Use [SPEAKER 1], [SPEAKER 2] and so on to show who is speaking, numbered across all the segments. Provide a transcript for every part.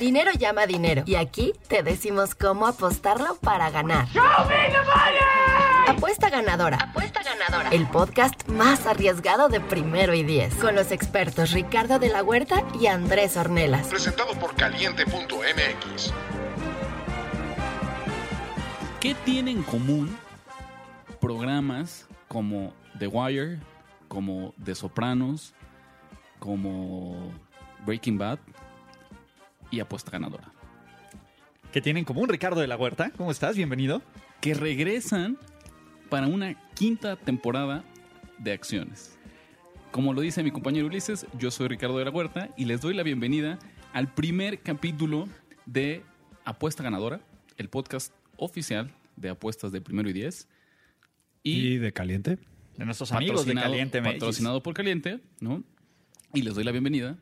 [SPEAKER 1] Dinero llama dinero. Y aquí te decimos cómo apostarlo para ganar. Apuesta ganadora. Apuesta ganadora. El podcast más arriesgado de primero y diez. Con los expertos Ricardo de la Huerta y Andrés Ornelas.
[SPEAKER 2] Presentado por caliente.mx.
[SPEAKER 3] ¿Qué tienen en común programas como The Wire, como The Sopranos, como Breaking Bad y Apuesta Ganadora?
[SPEAKER 4] ¿Qué tienen en común, Ricardo de la Huerta? ¿Cómo estás? Bienvenido.
[SPEAKER 3] Que regresan para una quinta temporada de acciones. Como lo dice mi compañero Ulises, yo soy Ricardo de la Huerta y les doy la bienvenida al primer capítulo de Apuesta Ganadora, el podcast oficial de apuestas de primero y diez.
[SPEAKER 5] ¿Y de caliente?
[SPEAKER 4] De nuestros amigos de
[SPEAKER 3] Patrocinado-
[SPEAKER 4] Caliente MX.
[SPEAKER 3] Patrocinado por Caliente, ¿no? Y les doy la bienvenida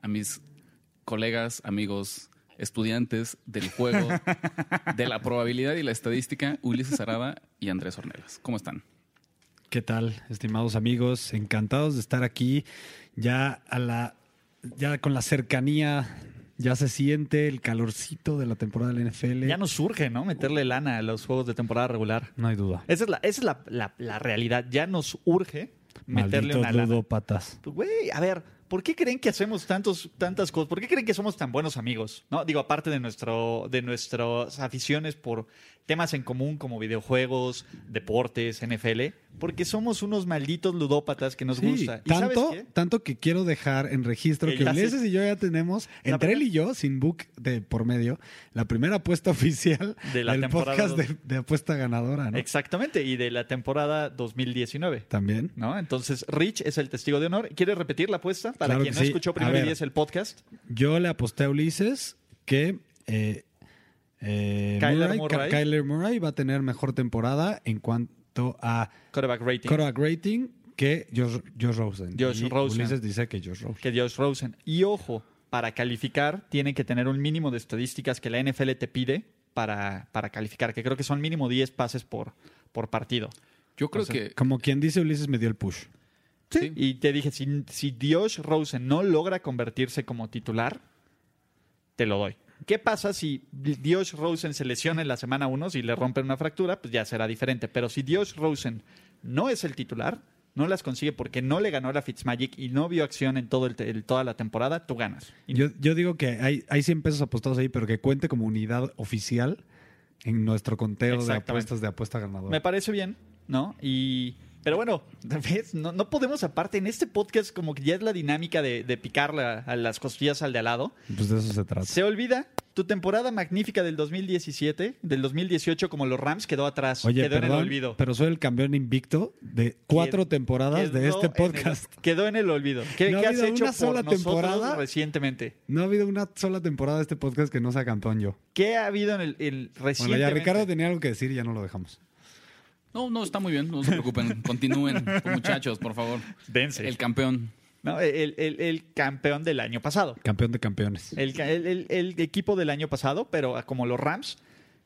[SPEAKER 3] a mis colegas, amigos, estudiantes del juego de la probabilidad y la estadística, Ulises Arada y Andrés Ornelas. ¿Cómo están?
[SPEAKER 5] ¿Qué tal, estimados amigos? Encantados de estar aquí ya a la ya con la cercanía ya se siente el calorcito de la temporada del NFL.
[SPEAKER 4] Ya nos surge, ¿no? Meterle lana a los juegos de temporada regular.
[SPEAKER 5] No hay duda.
[SPEAKER 4] Esa es la, esa es la, la- la realidad. Ya nos urge meterle
[SPEAKER 5] Maldito
[SPEAKER 4] una lana. Pues,
[SPEAKER 5] dudo patas.
[SPEAKER 4] Güey, a ver, ¿por qué creen que hacemos tantos, tantas cosas? ¿Por qué creen que somos tan buenos amigos? ¿No? Digo, aparte de, nuestro, de nuestras aficiones por temas en común como videojuegos, deportes, NFL, porque somos unos malditos ludópatas que nos
[SPEAKER 5] Sí,
[SPEAKER 4] gusta. ¿Y sabes
[SPEAKER 5] tanto,
[SPEAKER 4] qué?
[SPEAKER 5] tanto que quiero dejar en registro
[SPEAKER 4] Que
[SPEAKER 5] que
[SPEAKER 4] ya se-
[SPEAKER 5] Ulises y yo ya tenemos,
[SPEAKER 4] La
[SPEAKER 5] entre él
[SPEAKER 4] primera-
[SPEAKER 5] y yo, sin book de por medio, la primera apuesta oficial
[SPEAKER 4] De la
[SPEAKER 5] del
[SPEAKER 4] temporada
[SPEAKER 5] podcast
[SPEAKER 4] dos.
[SPEAKER 5] de, de apuesta ganadora, ¿no?
[SPEAKER 4] Exactamente, y de la temporada 2019.
[SPEAKER 5] También.
[SPEAKER 4] ¿No? Entonces, Rich es el testigo de honor. ¿Quieres repetir la apuesta? Para
[SPEAKER 5] Claro
[SPEAKER 4] quien
[SPEAKER 5] que
[SPEAKER 4] no
[SPEAKER 5] sí.
[SPEAKER 4] escuchó
[SPEAKER 5] A
[SPEAKER 4] primero y
[SPEAKER 5] ver.
[SPEAKER 4] diez el podcast.
[SPEAKER 5] Yo le aposté a Ulises que eh, eh,
[SPEAKER 4] Kyler
[SPEAKER 5] Murray,
[SPEAKER 4] Murray.
[SPEAKER 5] Ky- Kyler Murray va a tener mejor temporada en cuanto a
[SPEAKER 4] Quarterback rating.
[SPEAKER 5] quarterback rating que Josh, Josh Rosen.
[SPEAKER 4] Josh
[SPEAKER 5] Y
[SPEAKER 4] Rosen.
[SPEAKER 5] Ulises dice que Josh Rosen.
[SPEAKER 4] que Josh Rosen. Y ojo, para calificar tiene que tener un mínimo de estadísticas que la NFL te pide para, para calificar, que creo que son mínimo 10 pases por, por partido.
[SPEAKER 3] Yo creo
[SPEAKER 4] O sea,
[SPEAKER 3] que
[SPEAKER 5] Como quien dice, Ulises me dio el push.
[SPEAKER 3] Sí.
[SPEAKER 4] Y te dije, si, si Josh Rosen no logra convertirse como titular, te lo doy. ¿Qué pasa si Josh Rosen se lesiona en la semana 1? Si le rompen una fractura, pues ya será diferente. Pero si Josh Rosen no es el titular, no las consigue porque no le ganó la Fitzmagic y no vio acción en todo el te- el- toda la temporada, tú ganas. Y
[SPEAKER 5] Yo, yo digo que hay, hay 100 pesos apostados ahí, pero que cuente como unidad oficial en nuestro conteo de
[SPEAKER 4] Exactamente.
[SPEAKER 5] apuestas de apuesta ganadora.
[SPEAKER 4] Me parece bien, ¿no? Y. Pero bueno, ¿ves? No, no podemos aparte. En este podcast, como que ya es la dinámica de, de picarle a, a las costillas al de al lado.
[SPEAKER 5] Pues de eso se trata.
[SPEAKER 4] Se olvida tu temporada magnífica del 2017, del 2018, como los Rams quedó atrás.
[SPEAKER 5] Oye,
[SPEAKER 4] quedó en el
[SPEAKER 5] perdón,
[SPEAKER 4] olvido.
[SPEAKER 5] pero soy el campeón invicto de cuatro
[SPEAKER 4] Qued-
[SPEAKER 5] temporadas de
[SPEAKER 4] Quedó
[SPEAKER 5] este
[SPEAKER 4] en el-
[SPEAKER 5] podcast.
[SPEAKER 4] quedó en el olvido. ¿Qué,
[SPEAKER 5] No ha
[SPEAKER 4] qué has
[SPEAKER 5] habido
[SPEAKER 4] hecho
[SPEAKER 5] una sola
[SPEAKER 4] por nosotros
[SPEAKER 5] temporada.
[SPEAKER 4] recientemente?
[SPEAKER 5] No ha habido una sola temporada de este podcast que no sea campeón yo.
[SPEAKER 4] ¿Qué ha habido en el, el
[SPEAKER 5] Bueno,
[SPEAKER 4] recientemente?
[SPEAKER 5] ya Ricardo tenía algo que decir y ya no lo dejamos.
[SPEAKER 3] no, no está muy bien, no se preocupen, continúen, muchachos, por favor.
[SPEAKER 4] Dense.
[SPEAKER 3] El campeón.
[SPEAKER 4] No, el- el- el campeón del año pasado.
[SPEAKER 5] Campeón de campeones.
[SPEAKER 4] El, ca- el- el- el equipo del año pasado, pero como los Rams,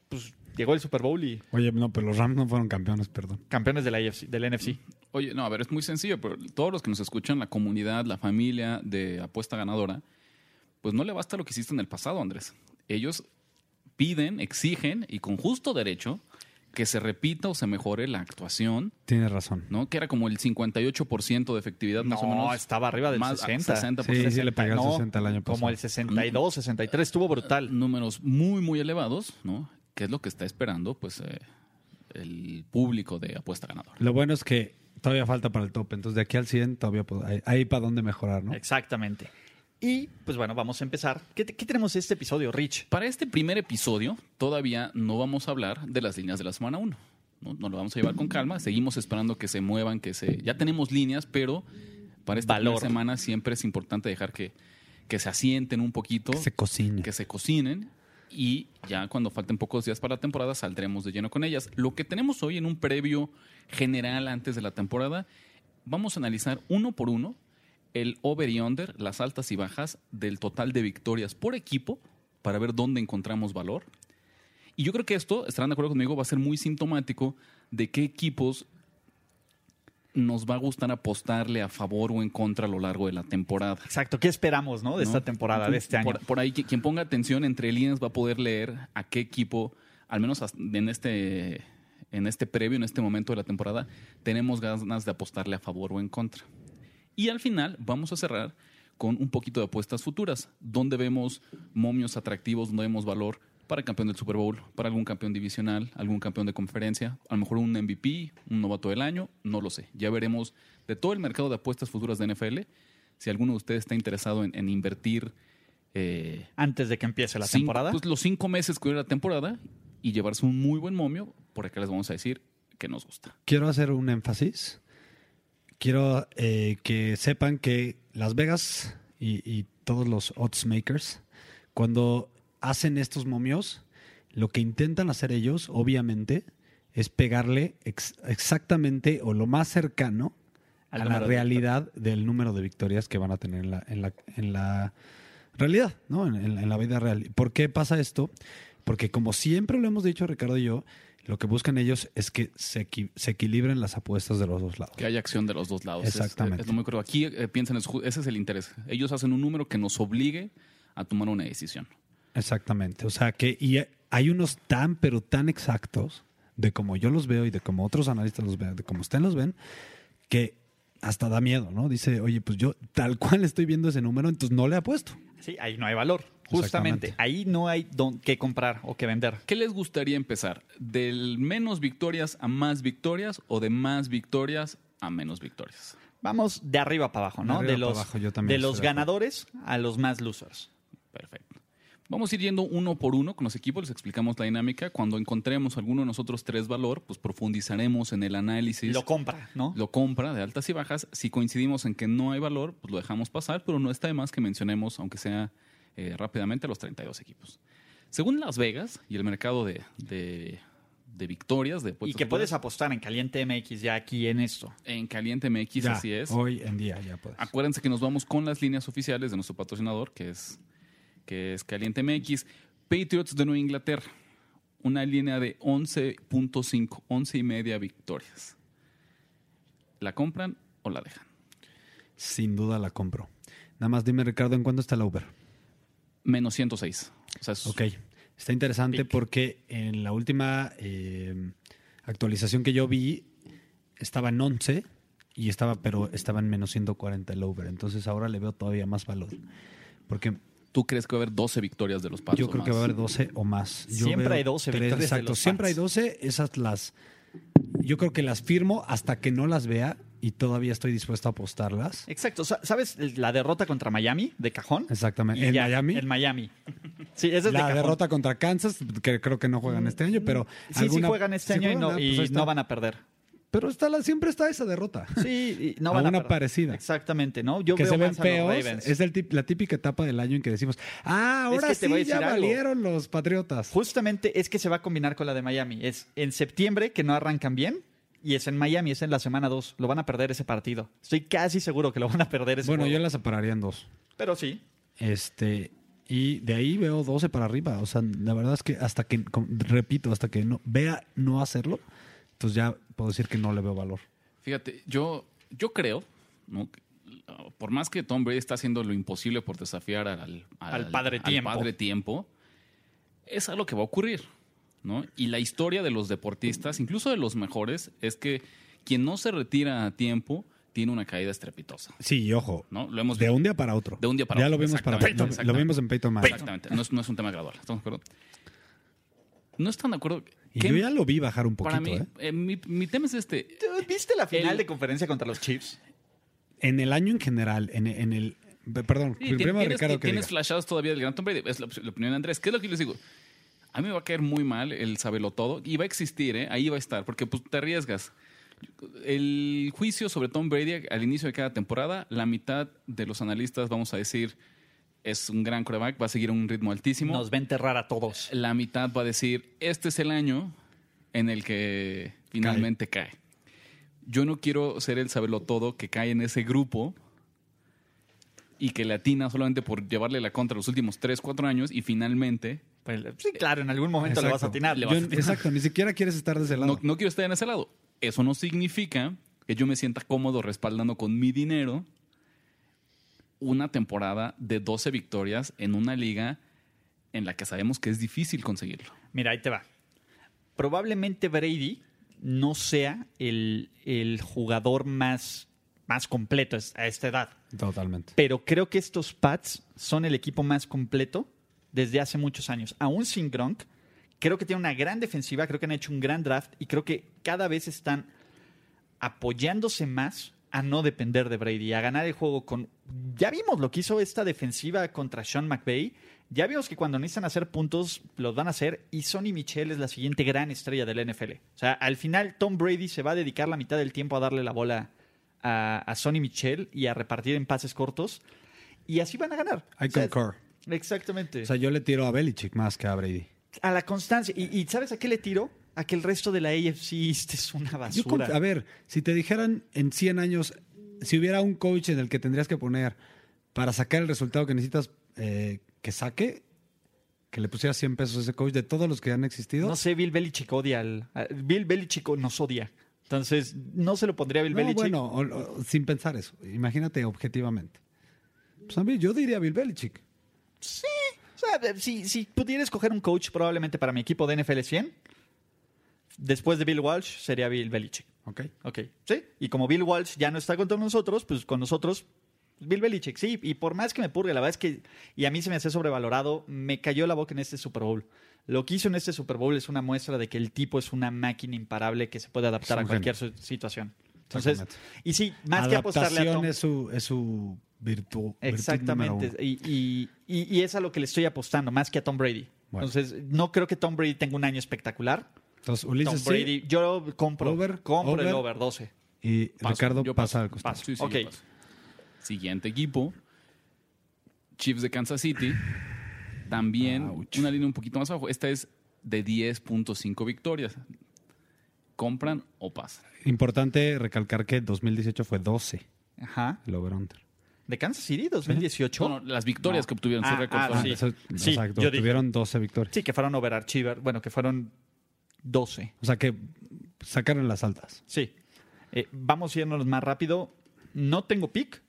[SPEAKER 4] pues llegó el Super Bowl y
[SPEAKER 5] Oye, no, pero los Rams no fueron campeones, perdón.
[SPEAKER 4] campeones de la AFC, del NFC.
[SPEAKER 3] Oye, no, a ver, es muy sencillo, pero todos los que nos escuchan, la comunidad, la familia de apuesta ganadora, pues no le basta lo que hiciste en el pasado, Andrés. Ellos piden, exigen y con justo derecho que se repita o se mejore la actuación,
[SPEAKER 5] Tienes razón.
[SPEAKER 3] ¿no? Que era como el 58% de efectividad más o
[SPEAKER 4] No,
[SPEAKER 3] menos.
[SPEAKER 4] estaba arriba del
[SPEAKER 3] más a
[SPEAKER 4] 60.
[SPEAKER 3] 60%.
[SPEAKER 5] Sí, sí, le pagó el 60 el año
[SPEAKER 4] Como
[SPEAKER 5] pasado. Mm,
[SPEAKER 4] el 62, 63, estuvo brutal.
[SPEAKER 3] Números muy, muy elevados, ¿no? Que es lo que está esperando, pues, eh, el público de apuesta ganadora.
[SPEAKER 5] Lo bueno es que todavía falta para el top, entonces de aquí al 100 todavía pod- hay, hay para dónde mejorar, ¿no?
[SPEAKER 4] Exactamente. Y pues bueno, vamos a empezar. ¿Qué, te- qué tenemos este episodio, Rich?
[SPEAKER 3] Para este primer episodio, todavía no vamos a hablar de las líneas de la semana 1. No, Nos lo vamos a llevar con calma. Seguimos esperando que se muevan, que se. Ya tenemos líneas, pero para esta
[SPEAKER 4] Valor.
[SPEAKER 3] primera semana siempre es importante dejar que, que se asienten un poquito,
[SPEAKER 5] Que se cocine.
[SPEAKER 3] que se cocinen y ya cuando falten pocos días para la temporada saldremos de lleno con ellas. Lo que tenemos hoy en un previo general antes de la temporada, vamos a analizar uno por uno el over y under, las altas y bajas del total de victorias por equipo para ver dónde encontramos valor. Y yo creo que esto, estarán de acuerdo conmigo, va a ser muy sintomático de qué equipos nos va a gustar apostarle a favor o en contra a lo largo de la temporada.
[SPEAKER 4] Exacto, ¿qué esperamos, no? De esta
[SPEAKER 3] ¿no?
[SPEAKER 4] temporada, de este año.
[SPEAKER 3] Por, por ahí, qui- quien ponga atención entre líneas va a poder leer a qué equipo, al menos hasta- en este, en este previo, en este momento de la temporada, tenemos ganas de apostarle a favor o en contra. Y al final vamos a cerrar con un poquito de apuestas futuras, donde vemos momios atractivos, donde vemos valor para el campeón del Super Bowl, para algún campeón divisional, algún campeón de conferencia, a lo mejor un MVP, un novato del año, no lo sé. Ya veremos de todo el mercado de apuestas futuras de NFL, si alguno de ustedes está interesado en, en invertir eh,
[SPEAKER 4] Antes de que empiece la
[SPEAKER 3] cinco-
[SPEAKER 4] temporada.
[SPEAKER 3] pues, los cinco meses que dura la temporada y llevarse un muy buen momio, por acá les vamos a decir que nos gusta.
[SPEAKER 5] quiero hacer un énfasis. Quiero eh, que sepan que Las Vegas y, y todos los odds makers, cuando hacen estos momios, lo que intentan hacer ellos, obviamente, es pegarle ex- exactamente o lo más cercano a
[SPEAKER 4] Al
[SPEAKER 5] la
[SPEAKER 4] número de
[SPEAKER 5] realidad del número de victorias que van a tener en la, en la, en la realidad, ¿no? En, en- en la vida real. ¿Por qué pasa esto? Porque como siempre lo hemos dicho Ricardo y yo, lo que buscan ellos es que se, equi- se equilibren las apuestas de los dos lados.
[SPEAKER 3] Que haya acción de los dos lados. Es- eh,
[SPEAKER 5] Exactamente.
[SPEAKER 3] Es, lo muy creo. Aquí eh, piensan, es ju- ese es el interés. Ellos hacen un número que nos obligue a tomar una decisión.
[SPEAKER 5] Exactamente. O sea que y hay unos tan, pero tan exactos de como yo los veo y de como otros analistas los ven, de como ustedes los ven, que hasta da miedo, ¿no? Dice, oye, pues yo tal cual estoy viendo ese número, entonces no le apuesto.
[SPEAKER 4] Sí, ahí no hay valor. Justamente,
[SPEAKER 5] Exactamente.
[SPEAKER 4] ahí no hay don que comprar o que vender.
[SPEAKER 3] ¿Qué les gustaría empezar? ¿Del menos victorias a más victorias o de más victorias a menos victorias?
[SPEAKER 4] Vamos de arriba para abajo,
[SPEAKER 5] De
[SPEAKER 4] ¿no?
[SPEAKER 5] arriba
[SPEAKER 4] De
[SPEAKER 5] para
[SPEAKER 4] los,
[SPEAKER 5] abajo, yo también
[SPEAKER 4] de
[SPEAKER 5] estoy
[SPEAKER 4] los
[SPEAKER 5] de acuerdo.
[SPEAKER 4] ganadores a los más losers.
[SPEAKER 3] Perfecto. Vamos a ir yendo uno por uno con los equipos, les explicamos la dinámica. Cuando encontremos alguno de nosotros tres valor, pues profundizaremos en el análisis.
[SPEAKER 4] Lo compra, ¿no?
[SPEAKER 3] lo compra de altas y bajas. Si coincidimos en que no hay valor, pues lo dejamos pasar, pero no está de más que mencionemos, aunque sea eh, rápidamente, a los 32 equipos. Según Las Vegas y el mercado de, de- de victorias, de
[SPEAKER 4] y
[SPEAKER 3] apuestas
[SPEAKER 4] que puedes
[SPEAKER 3] futuras,
[SPEAKER 4] apostar en Caliente MX ya aquí en esto.
[SPEAKER 3] en Caliente MX,
[SPEAKER 5] Ya,
[SPEAKER 3] así
[SPEAKER 4] Oh.
[SPEAKER 3] es.
[SPEAKER 5] Hoy en día ya puedes.
[SPEAKER 3] Acuérdense que nos vamos con las líneas oficiales de nuestro patrocinador, que es, que es Caliente MX, Patriots de Nueva Inglaterra. Una línea de 11.5, 11 y media victorias. ¿La compran o la dejan?
[SPEAKER 5] Sin duda la compro. Nada más dime, Ricardo, ¿en cuánto está la Uber?
[SPEAKER 3] Menos 106. O sea, es-
[SPEAKER 5] Ok. Está interesante
[SPEAKER 4] Pick.
[SPEAKER 5] porque en la última eh, actualización que yo vi estaba en 11 y estaba, pero estaba en menos 140 el over. Entonces ahora le veo todavía más valor. Porque
[SPEAKER 3] ¿tú crees que va a haber 12 victorias de los Pats?
[SPEAKER 5] yo
[SPEAKER 3] o
[SPEAKER 5] creo que
[SPEAKER 3] más?
[SPEAKER 5] va a haber 12 o más. Yo
[SPEAKER 4] Siempre
[SPEAKER 5] veo
[SPEAKER 4] hay 12
[SPEAKER 5] tres,
[SPEAKER 4] victorias de
[SPEAKER 5] Exacto,
[SPEAKER 4] los
[SPEAKER 5] siempre hay
[SPEAKER 4] Pats.
[SPEAKER 5] 12. Esas las. Yo creo que las firmo hasta que no las vea y todavía estoy dispuesto a apostarlas.
[SPEAKER 4] Exacto. Sa- ¿Sabes la derrota contra Miami de cajón?
[SPEAKER 5] Exactamente.
[SPEAKER 4] Y
[SPEAKER 5] En
[SPEAKER 4] ya,
[SPEAKER 5] Miami.
[SPEAKER 4] En Miami. Sí, esa es de
[SPEAKER 5] la
[SPEAKER 4] cajón. Mm,
[SPEAKER 5] derrota contra Kansas, que creo que no juegan este año, pero.
[SPEAKER 4] Sí, sí
[SPEAKER 5] alguna-
[SPEAKER 4] juegan este
[SPEAKER 5] sí
[SPEAKER 4] año
[SPEAKER 5] juegan,
[SPEAKER 4] y, no,
[SPEAKER 5] ah,
[SPEAKER 4] y
[SPEAKER 5] pues ahí está.
[SPEAKER 4] no van a perder.
[SPEAKER 5] Pero está la- siempre está esa derrota.
[SPEAKER 4] Sí, y no
[SPEAKER 5] A
[SPEAKER 4] van a
[SPEAKER 5] una
[SPEAKER 4] perder.
[SPEAKER 5] parecida.
[SPEAKER 4] Exactamente, ¿no? Yo
[SPEAKER 5] que
[SPEAKER 4] veo
[SPEAKER 5] se ven
[SPEAKER 4] más a los
[SPEAKER 5] feos.
[SPEAKER 4] Ravens.
[SPEAKER 5] Es el tip- la típica etapa del año en que decimos, ah,
[SPEAKER 4] Es
[SPEAKER 5] ahora
[SPEAKER 4] que te voy a
[SPEAKER 5] sí ya
[SPEAKER 4] decir algo.
[SPEAKER 5] valieron los Patriotas.
[SPEAKER 4] Justamente es que se va a combinar con la de Miami. Es en septiembre que no arrancan bien y es en Miami, es en la semana 2. Lo van a perder ese partido. Estoy casi seguro que lo van a perder ese
[SPEAKER 5] Bueno,
[SPEAKER 4] juego.
[SPEAKER 5] yo la separaría en dos.
[SPEAKER 4] Pero sí.
[SPEAKER 5] Este, y de ahí veo 12 para arriba. O sea, la verdad es que hasta que, com- repito, hasta que no vea no hacerlo, entonces ya puedo decir que no le veo valor.
[SPEAKER 3] Fíjate, yo, yo creo, ¿no? Que, uh, por más que Tom Brady está haciendo lo imposible por desafiar al, al-
[SPEAKER 4] Al padre tiempo.
[SPEAKER 3] padre tiempo, es algo que va a ocurrir. ¿no? Y la historia de los deportistas, incluso de los mejores, es que quien no se retira a tiempo tiene una caída estrepitosa.
[SPEAKER 5] Sí, y ojo.
[SPEAKER 3] ¿no? Lo hemos
[SPEAKER 5] De
[SPEAKER 3] visto.
[SPEAKER 5] un día para otro.
[SPEAKER 3] De un día para
[SPEAKER 5] ya
[SPEAKER 3] otro,
[SPEAKER 5] lo vimos para
[SPEAKER 3] exactamente,
[SPEAKER 5] lo- Lo
[SPEAKER 3] exactamente.
[SPEAKER 5] vimos en Peyton Manning.
[SPEAKER 3] Exactamente, no es, no es un tema gradual, ¿estamos de acuerdo? No están de acuerdo.
[SPEAKER 5] Y
[SPEAKER 3] ¿Qué-
[SPEAKER 5] yo ya lo vi bajar un
[SPEAKER 3] para
[SPEAKER 5] poquito,
[SPEAKER 3] mí,
[SPEAKER 5] ¿eh?
[SPEAKER 3] eh, mi, mi tema es este.
[SPEAKER 4] ¿Tú ¿Viste la final
[SPEAKER 3] El-
[SPEAKER 4] de conferencia contra los Chiefs?
[SPEAKER 5] En el año en general, en, en el. Perdón,
[SPEAKER 3] Sí, tien-
[SPEAKER 5] primero
[SPEAKER 3] tienes,
[SPEAKER 5] Ricardo
[SPEAKER 3] ti-
[SPEAKER 5] que
[SPEAKER 3] tienes
[SPEAKER 5] diga.
[SPEAKER 3] flashados todavía del gran Tom Brady. Es la, op- la opinión de Andrés. ¿Qué es lo que yo les digo? A mí me va a caer muy mal el saberlo todo. Y va a existir, ¿eh? Ahí va a estar. Porque pues, te arriesgas. El juicio sobre Tom Brady al inicio de cada temporada, la mitad de los analistas, vamos a decir, es un gran coreback, va a seguir a un ritmo altísimo.
[SPEAKER 4] Nos va a enterrar a todos.
[SPEAKER 3] La mitad va a decir, este es el año en el que finalmente cae. Yo no quiero ser el saberlo todo que cae en ese grupo y que latina solamente por llevarle la contra los últimos 3, 4 años y finalmente
[SPEAKER 4] Pues, sí, claro, en algún momento le vas a
[SPEAKER 5] Exacto.
[SPEAKER 4] atinar.
[SPEAKER 3] Le
[SPEAKER 5] Yo-
[SPEAKER 3] vas a atinar.
[SPEAKER 5] exacto, ni siquiera quieres estar de ese lado.
[SPEAKER 3] no, no quiero estar en ese lado. Eso no significa que yo me sienta cómodo respaldando con mi dinero una temporada de 12 victorias en una liga en la que sabemos que es difícil conseguirlo.
[SPEAKER 4] Mira, ahí te va. Probablemente Brady no sea el, el jugador más, más completo es- a esta edad.
[SPEAKER 5] Totalmente.
[SPEAKER 4] Pero creo que estos Pats son el equipo más completo desde hace muchos años. Aún sin Gronk, creo que tienen una gran defensiva, creo que han hecho un gran draft y creo que cada vez están apoyándose más a no depender de Brady, a ganar el juego con... Ya vimos lo que hizo esta defensiva contra Sean McVay. Ya vimos que cuando necesitan hacer puntos, los van a hacer. Y Sonny Michel es la siguiente gran estrella del NFL. O sea, al final Tom Brady se va a dedicar la mitad del tiempo a darle la bola a, a Sonny Michel y a repartir en pases cortos. Y así van a ganar.
[SPEAKER 5] I
[SPEAKER 4] O sea,
[SPEAKER 5] concur.
[SPEAKER 4] Exactamente.
[SPEAKER 5] O sea, yo le tiro a Belichick más que a Brady.
[SPEAKER 4] a la constancia. Y, y ¿sabes a qué le tiro? A que el resto de la AFC East es una
[SPEAKER 5] Yo
[SPEAKER 4] basura.
[SPEAKER 5] conf- a ver, si te dijeran en 100 años, si hubiera un coach en el que tendrías que poner para sacar el resultado que necesitas eh, que saque, que le pusieras 100 pesos a ese coach de todos los que han existido.
[SPEAKER 4] No sé, Bill Belichick odia al. a- Bill Belichick nos odia. Entonces, no se lo pondría a Bill
[SPEAKER 5] No,
[SPEAKER 4] Belichick.
[SPEAKER 5] bueno, o- o- sin pensar eso. Imagínate objetivamente. Pues a mí, yo diría Bill Belichick.
[SPEAKER 4] O sea, de- si, si pudiera escoger un coach probablemente para mi equipo de NFL 100, después de Bill Walsh sería Bill Belichick.
[SPEAKER 5] Ok.
[SPEAKER 4] Ok, sí. Y como Bill Walsh ya no está con todos nosotros, pues con nosotros, Bill Belichick, sí. Y por más que me purgue, la verdad es que, y a mí se me hace sobrevalorado, me cayó la boca en este Super Bowl. Lo que hizo en este Super Bowl es una muestra de que el tipo es una máquina imparable que se puede adaptar a
[SPEAKER 5] Es un
[SPEAKER 4] cualquier su- situación. Entonces,
[SPEAKER 5] Exactamente.
[SPEAKER 4] y sí, más que apostarle a
[SPEAKER 5] Adaptación
[SPEAKER 4] Tom.
[SPEAKER 5] es su, es su virtu- virtud.
[SPEAKER 4] Exactamente.
[SPEAKER 5] número uno.
[SPEAKER 4] Y, y- y- y es a lo que le estoy apostando, más que a Tom Brady.
[SPEAKER 5] Bueno.
[SPEAKER 4] Entonces, no creo que Tom Brady tenga un año espectacular.
[SPEAKER 5] Entonces,
[SPEAKER 4] Tom
[SPEAKER 5] Ulises sí,
[SPEAKER 4] Brady, yo compro,
[SPEAKER 5] Over,
[SPEAKER 4] compro el
[SPEAKER 5] over.
[SPEAKER 4] over 12.
[SPEAKER 5] y
[SPEAKER 3] Paso,
[SPEAKER 5] Ricardo
[SPEAKER 3] yo paso,
[SPEAKER 5] pasa al costado.
[SPEAKER 4] paso.
[SPEAKER 3] Sí, sí, yo
[SPEAKER 4] Ok.
[SPEAKER 3] paso. Siguiente equipo, Chiefs de Kansas City. También
[SPEAKER 5] Ouch.
[SPEAKER 3] una línea un poquito más abajo. Esta es de 10.5 victorias. ¿Compran o pasan?
[SPEAKER 5] Importante recalcar que 2018 fue 12
[SPEAKER 4] Ajá.
[SPEAKER 5] el over-under.
[SPEAKER 4] ¿De Kansas City 2018?
[SPEAKER 3] Bueno, las victorias
[SPEAKER 4] No.
[SPEAKER 3] que obtuvieron
[SPEAKER 4] Ah,
[SPEAKER 3] su récord
[SPEAKER 4] ah,
[SPEAKER 3] fueron-
[SPEAKER 4] sí.
[SPEAKER 5] Eso-
[SPEAKER 4] Sí,
[SPEAKER 5] exacto,
[SPEAKER 4] yo dije.
[SPEAKER 5] tuvieron 12 victorias.
[SPEAKER 4] Sí, que fueron overachiever. Bueno, que fueron 12.
[SPEAKER 5] O sea que sacaron las altas.
[SPEAKER 4] Sí. Eh, vamos a irnos más rápido. No tengo pick,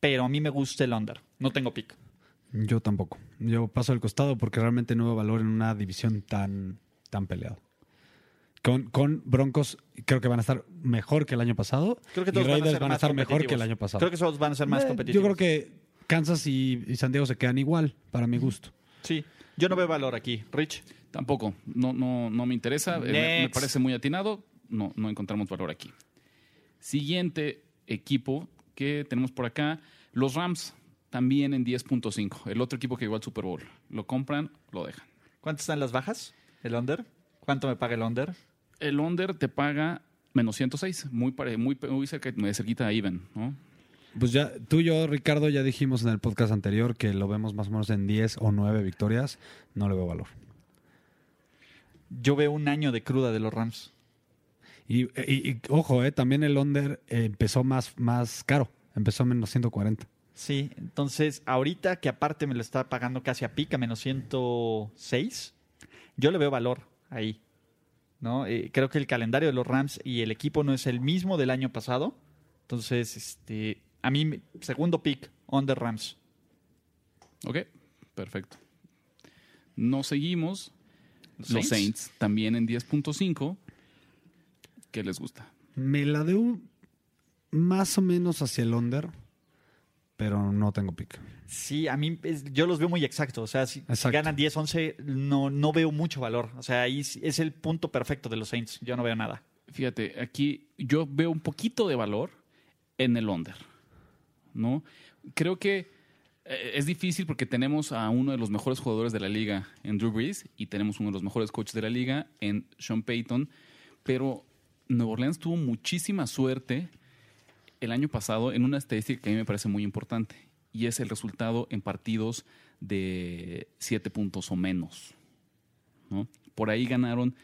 [SPEAKER 4] pero a mí me gusta el under. No tengo pick.
[SPEAKER 5] Yo tampoco. Yo paso al costado porque realmente no veo valor en una división tan, tan peleada. Con, con Broncos creo que van a estar mejor que el año pasado.
[SPEAKER 4] Creo que
[SPEAKER 5] y
[SPEAKER 4] todos van a,
[SPEAKER 5] Raiders
[SPEAKER 4] ser
[SPEAKER 5] van a
[SPEAKER 4] más
[SPEAKER 5] estar mejor
[SPEAKER 4] competitivos.
[SPEAKER 5] que el año pasado.
[SPEAKER 4] Creo que todos van a ser más
[SPEAKER 5] Eh,
[SPEAKER 4] competitivos.
[SPEAKER 5] Yo creo que Kansas y, y San Diego se quedan igual, para mi gusto.
[SPEAKER 4] Sí. Yo no veo valor aquí. Rich.
[SPEAKER 3] Tampoco, no, no, no me interesa, Eh, me, me
[SPEAKER 4] Next.
[SPEAKER 3] parece muy atinado, no, no encontramos valor aquí. Siguiente equipo que tenemos por acá, los Rams, también en 10.5, el otro equipo que llegó al Super Bowl. Lo compran, lo dejan.
[SPEAKER 4] ¿Cuántas están las bajas? ¿El under? ¿Cuánto me paga el under?
[SPEAKER 3] El Under te paga menos 106, muy, pare- muy, pe- muy, cerca, muy cerquita de Even, ¿no?
[SPEAKER 5] Pues ya, tú y yo, Ricardo, ya dijimos en el podcast anterior que lo vemos más o menos en 10 o 9 victorias. No le veo valor.
[SPEAKER 4] Yo veo un año de cruda de los Rams.
[SPEAKER 5] Y, y- y, ojo, eh, también el under eh, empezó más, más caro. Empezó a menos 140.
[SPEAKER 4] Sí, entonces ahorita que aparte me lo está pagando casi a pica, menos 106, yo le veo valor ahí. ¿no? Eh, creo que el calendario de los Rams y el equipo no es el mismo del año pasado. Entonces, este, a mí, me- segundo pick, under Rams.
[SPEAKER 3] Ok, perfecto. Nos seguimos,
[SPEAKER 4] ¿Los
[SPEAKER 3] los
[SPEAKER 4] Saints?
[SPEAKER 3] Saints, también en 10.5, ¿qué les gusta?
[SPEAKER 5] Me la debo más o menos hacia el under, pero no tengo pick.
[SPEAKER 4] Sí, a mí es- yo los veo muy exactos. O sea, si, si
[SPEAKER 5] Exacto.
[SPEAKER 4] ganan 10, 11, no, no veo mucho valor. O sea, ahí es- es el punto perfecto de los Saints. Yo no veo nada.
[SPEAKER 3] Fíjate, aquí yo veo un poquito de valor en el under, ¿no? Creo que eh, es difícil porque tenemos a uno de los mejores jugadores de la liga en Drew Brees y tenemos uno de los mejores coaches de la liga en Sean Payton, pero Nueva Orleans tuvo muchísima suerte el año pasado en una estadística que a mí me parece muy importante y es el resultado en partidos de siete puntos o menos. ¿no? Por ahí ganaron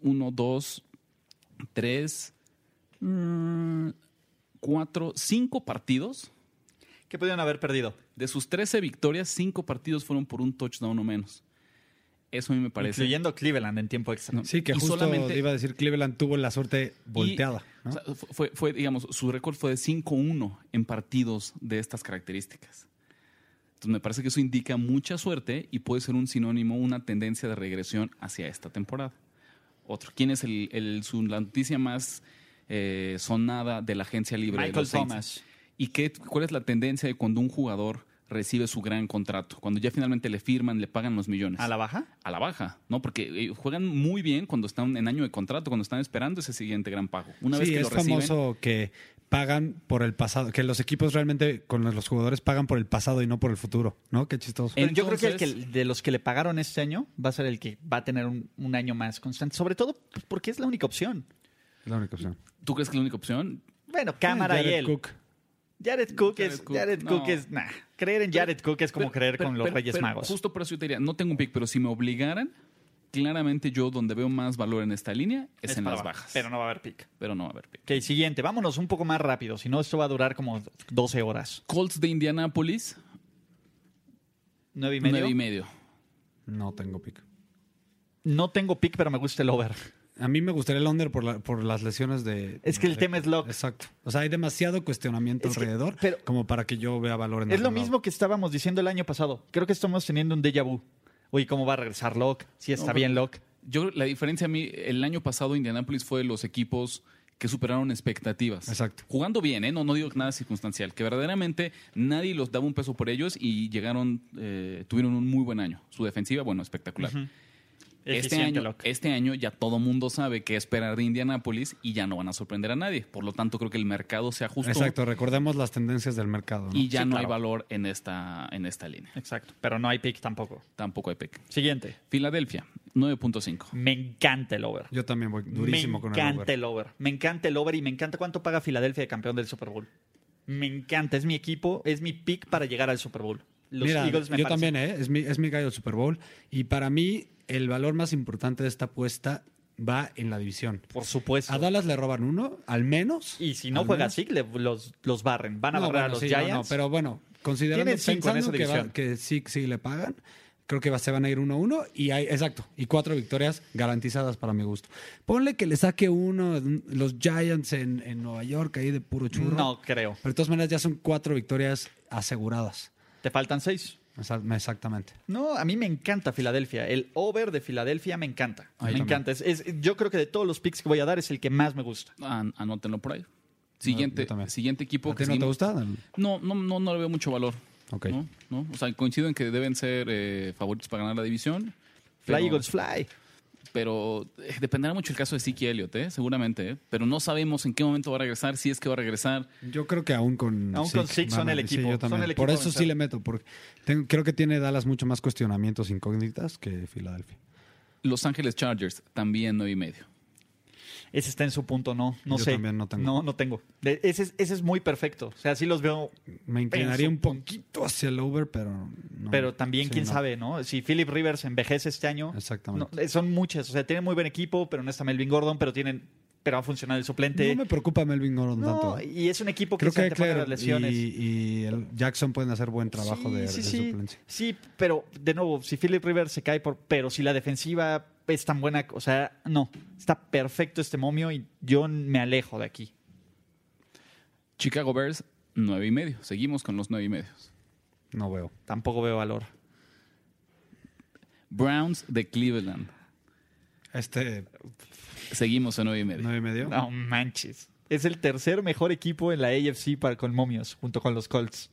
[SPEAKER 3] uno, dos, tres, mm, cuatro, cinco partidos.
[SPEAKER 4] ¿Qué podían haber perdido?
[SPEAKER 3] De sus 13 victorias, cinco partidos fueron por un touchdown o menos. Eso a mí me parece.
[SPEAKER 4] Incluyendo Cleveland en tiempo extra.
[SPEAKER 3] No.
[SPEAKER 5] Sí, que
[SPEAKER 3] Y
[SPEAKER 5] justo
[SPEAKER 3] solamente-
[SPEAKER 5] iba a decir Cleveland tuvo la suerte volteada.
[SPEAKER 3] Y,
[SPEAKER 5] ¿no?
[SPEAKER 3] o sea, fu- fue, fue, digamos, su récord fue de 5-1 en partidos de estas características. Entonces me parece que eso indica mucha suerte y puede ser un sinónimo, una tendencia de regresión hacia esta temporada. Otro, ¿quién es el, el- su, la noticia más eh, sonada de la agencia libre? de
[SPEAKER 4] Michael
[SPEAKER 3] los Saints?
[SPEAKER 4] Thomas.
[SPEAKER 3] ¿Y qué, cuál es la tendencia de cuando un jugador recibe su gran contrato? Cuando ya finalmente le firman, le pagan los millones
[SPEAKER 4] ¿A la baja?
[SPEAKER 3] a la baja, ¿no? Porque eh, juegan muy bien cuando están en año de contrato, cuando están esperando ese siguiente gran pago. Una vez
[SPEAKER 5] sí,
[SPEAKER 3] que
[SPEAKER 5] es
[SPEAKER 3] lo reciben,
[SPEAKER 5] famoso que pagan por el pasado, que los equipos realmente con los los jugadores pagan por el pasado y no por el futuro, ¿no? Qué chistoso.
[SPEAKER 3] Eh,
[SPEAKER 4] Pero yo creo que, el
[SPEAKER 3] Entonces-
[SPEAKER 4] que- de los que le pagaron este año va a ser el que va a tener un, un año más constante. Sobre todo pues, porque es la única opción.
[SPEAKER 5] Es la única opción.
[SPEAKER 3] ¿tú crees que es la única opción?
[SPEAKER 4] Bueno, cámara y
[SPEAKER 5] Jared
[SPEAKER 4] él.
[SPEAKER 5] Cook.
[SPEAKER 4] Jared Cook
[SPEAKER 3] Jared
[SPEAKER 4] es.
[SPEAKER 3] Cook,
[SPEAKER 4] Jared
[SPEAKER 3] no.
[SPEAKER 4] Cook es. nah, creer en Jared Cook es como
[SPEAKER 3] Pero-
[SPEAKER 4] creer
[SPEAKER 3] pero-
[SPEAKER 4] con los
[SPEAKER 3] pero-
[SPEAKER 4] Reyes
[SPEAKER 3] pero
[SPEAKER 4] Magos.
[SPEAKER 3] Justo por eso yo te diría, no tengo un pick, pero si me obligaran, claramente yo donde veo más valor en esta línea es, en
[SPEAKER 4] para
[SPEAKER 3] las
[SPEAKER 4] abajo,
[SPEAKER 3] bajas.
[SPEAKER 4] Pero no va a haber pick.
[SPEAKER 3] Pero no va a haber pick.
[SPEAKER 4] Ok, siguiente. Vámonos un poco más rápido. Si no, esto va a durar como 12 horas.
[SPEAKER 3] Colts de Indianapolis,
[SPEAKER 4] Nueve y medio.
[SPEAKER 3] nueve y medio.
[SPEAKER 5] No tengo pick.
[SPEAKER 4] No tengo pick, pero me gusta el over.
[SPEAKER 5] A mí me gustaría el under por, la- por las lesiones de.
[SPEAKER 4] Es que el
[SPEAKER 5] de-
[SPEAKER 4] tema es lock.
[SPEAKER 5] Exacto. O sea, hay demasiado cuestionamiento
[SPEAKER 4] Es que-
[SPEAKER 5] alrededor
[SPEAKER 4] pero-
[SPEAKER 5] como para que yo vea valor en
[SPEAKER 4] Es lo
[SPEAKER 5] algún lado.
[SPEAKER 4] mismo que estábamos diciendo el año pasado. Creo que estamos teniendo un déjà vu. Oye, ¿cómo va a regresar Locke? Si está
[SPEAKER 3] No,
[SPEAKER 4] bien Locke.
[SPEAKER 3] Yo creo- la diferencia a mí, el año pasado Indianapolis fue de los equipos que superaron expectativas.
[SPEAKER 5] Exacto.
[SPEAKER 3] Jugando bien, ¿eh? no, no digo nada circunstancial, que verdaderamente nadie los daba un peso por ellos y llegaron, eh, tuvieron un muy buen año. Su defensiva, bueno, espectacular. Este
[SPEAKER 4] Eficiente,
[SPEAKER 3] año,
[SPEAKER 4] Locke.
[SPEAKER 3] este año ya todo mundo sabe qué esperar de Indianapolis y ya no van a sorprender a nadie. Por lo tanto, creo que el mercado se ajustó
[SPEAKER 5] Exacto, recordemos las tendencias del mercado. ¿no?
[SPEAKER 3] y ya
[SPEAKER 4] Sí,
[SPEAKER 3] no
[SPEAKER 4] claro.
[SPEAKER 3] hay valor en esta, en esta línea.
[SPEAKER 4] Exacto. Pero no hay pick tampoco.
[SPEAKER 3] Tampoco hay PEC.
[SPEAKER 4] Siguiente.
[SPEAKER 3] Filadelfia, 9.5.
[SPEAKER 4] Me encanta el over.
[SPEAKER 5] Yo también voy durísimo
[SPEAKER 4] me
[SPEAKER 5] con el
[SPEAKER 4] encanta
[SPEAKER 5] over.
[SPEAKER 4] el over. Me encanta el over y me encanta cuánto paga Filadelfia de campeón del Super Bowl. Me encanta. Es mi equipo, es mi pick para llegar al Super Bowl. Los
[SPEAKER 5] Mira,
[SPEAKER 4] Eagles me
[SPEAKER 5] yo
[SPEAKER 4] parecen-
[SPEAKER 5] también, ¿eh? es, mi, es mi gallo del Super Bowl. Y para mí, el valor más importante de esta apuesta va en la división.
[SPEAKER 4] Por supuesto.
[SPEAKER 5] A Dallas le roban uno, al menos.
[SPEAKER 4] Y si no
[SPEAKER 5] Al
[SPEAKER 4] juega
[SPEAKER 5] menos.
[SPEAKER 4] así, le- los, los barren. Van a
[SPEAKER 5] No,
[SPEAKER 4] barrer a
[SPEAKER 5] bueno,
[SPEAKER 4] los
[SPEAKER 5] sí, no,
[SPEAKER 4] Giants.
[SPEAKER 5] no, pero bueno, considerando
[SPEAKER 4] Tienen cinco en
[SPEAKER 5] pensando
[SPEAKER 4] esa
[SPEAKER 5] que, va-
[SPEAKER 4] división.
[SPEAKER 5] que sí, sí le pagan, creo que va- se van a ir 1-1 uno, a uno y hay, exacto, y cuatro victorias garantizadas para mi gusto. Ponle que le saque uno un- los Giants en, en Nueva York ahí de puro churro.
[SPEAKER 4] No creo.
[SPEAKER 5] Pero de todas maneras ya son cuatro victorias aseguradas.
[SPEAKER 4] Te faltan seis.
[SPEAKER 5] Esa- Exactamente.
[SPEAKER 4] No, a mí me encanta Filadelfia. El over de Filadelfia me encanta.
[SPEAKER 5] Ahí
[SPEAKER 4] me
[SPEAKER 5] también.
[SPEAKER 4] encanta. Es, es- yo creo que de todos los picks que voy a dar es el que más me gusta.
[SPEAKER 3] An- anótenlo por ahí. Siguiente,
[SPEAKER 5] Ah, yo también.
[SPEAKER 3] siguiente equipo
[SPEAKER 5] ¿A ti
[SPEAKER 3] que
[SPEAKER 5] no te
[SPEAKER 3] seguimos-
[SPEAKER 5] gusta?
[SPEAKER 3] No, no, no, no le veo mucho valor.
[SPEAKER 5] Ok.
[SPEAKER 3] ¿no? ¿No? O sea, coincido en que deben ser eh, favoritos para ganar la división.
[SPEAKER 4] Fly
[SPEAKER 3] pero-
[SPEAKER 4] Eagles Fly.
[SPEAKER 3] Pero eh, dependerá mucho el caso de Siki Elliott, ¿eh? seguramente. ¿eh? Pero no sabemos en qué momento va a regresar, si es que va a regresar.
[SPEAKER 5] Yo creo que aún con
[SPEAKER 4] Aún con Six son
[SPEAKER 5] van a-
[SPEAKER 4] el
[SPEAKER 5] sí,
[SPEAKER 4] equipo,
[SPEAKER 5] yo
[SPEAKER 4] son
[SPEAKER 5] también.
[SPEAKER 4] el
[SPEAKER 5] Por
[SPEAKER 4] equipo
[SPEAKER 5] eso sí
[SPEAKER 4] vencedor.
[SPEAKER 5] le meto, porque tengo- creo que tiene Dallas mucho más cuestionamientos incógnitas que Filadelfia.
[SPEAKER 3] Los Ángeles Chargers, también nueve y medio.
[SPEAKER 4] Ese está en su punto, no. No
[SPEAKER 5] Yo
[SPEAKER 4] sé.
[SPEAKER 5] también no tengo.
[SPEAKER 4] No, no tengo. De- ese, es- ese es muy perfecto. O sea, sí los veo.
[SPEAKER 5] Me inclinaría
[SPEAKER 4] Penso.
[SPEAKER 5] un poquito hacia el over, pero no.
[SPEAKER 4] Pero también,
[SPEAKER 5] Sí,
[SPEAKER 4] quién
[SPEAKER 5] no.
[SPEAKER 4] sabe, ¿no? Si Philip Rivers envejece este año.
[SPEAKER 5] Exactamente.
[SPEAKER 4] no, eh, son muchas. O sea, tienen muy buen equipo, pero no está Melvin Gordon, pero tienen. Pero va a funcionar el suplente.
[SPEAKER 5] No me preocupa Melvin Gordon
[SPEAKER 4] No,
[SPEAKER 5] tanto. ¿eh?
[SPEAKER 4] y es un equipo que
[SPEAKER 5] Creo
[SPEAKER 4] se
[SPEAKER 5] que
[SPEAKER 4] antepone a
[SPEAKER 5] Eckler
[SPEAKER 4] las lesiones.
[SPEAKER 5] y, y el Jackson pueden hacer buen trabajo
[SPEAKER 4] Sí,
[SPEAKER 5] de,
[SPEAKER 4] sí,
[SPEAKER 5] de
[SPEAKER 4] sí.
[SPEAKER 5] suplencia.
[SPEAKER 4] Sí, pero de nuevo, si Philip Rivers se cae por. Pero si la defensiva es tan buena, o sea, no. Está perfecto este momio y yo me alejo de aquí.
[SPEAKER 3] Chicago Bears, nueve y medio. Seguimos con los nueve y medios.
[SPEAKER 5] No veo.
[SPEAKER 4] Tampoco veo valor.
[SPEAKER 3] Browns de Cleveland.
[SPEAKER 5] Este
[SPEAKER 3] Seguimos en nueve y medio.
[SPEAKER 5] 9 y medio.
[SPEAKER 4] No manches. Es el tercer mejor equipo en la AFC para con momios, junto con los Colts.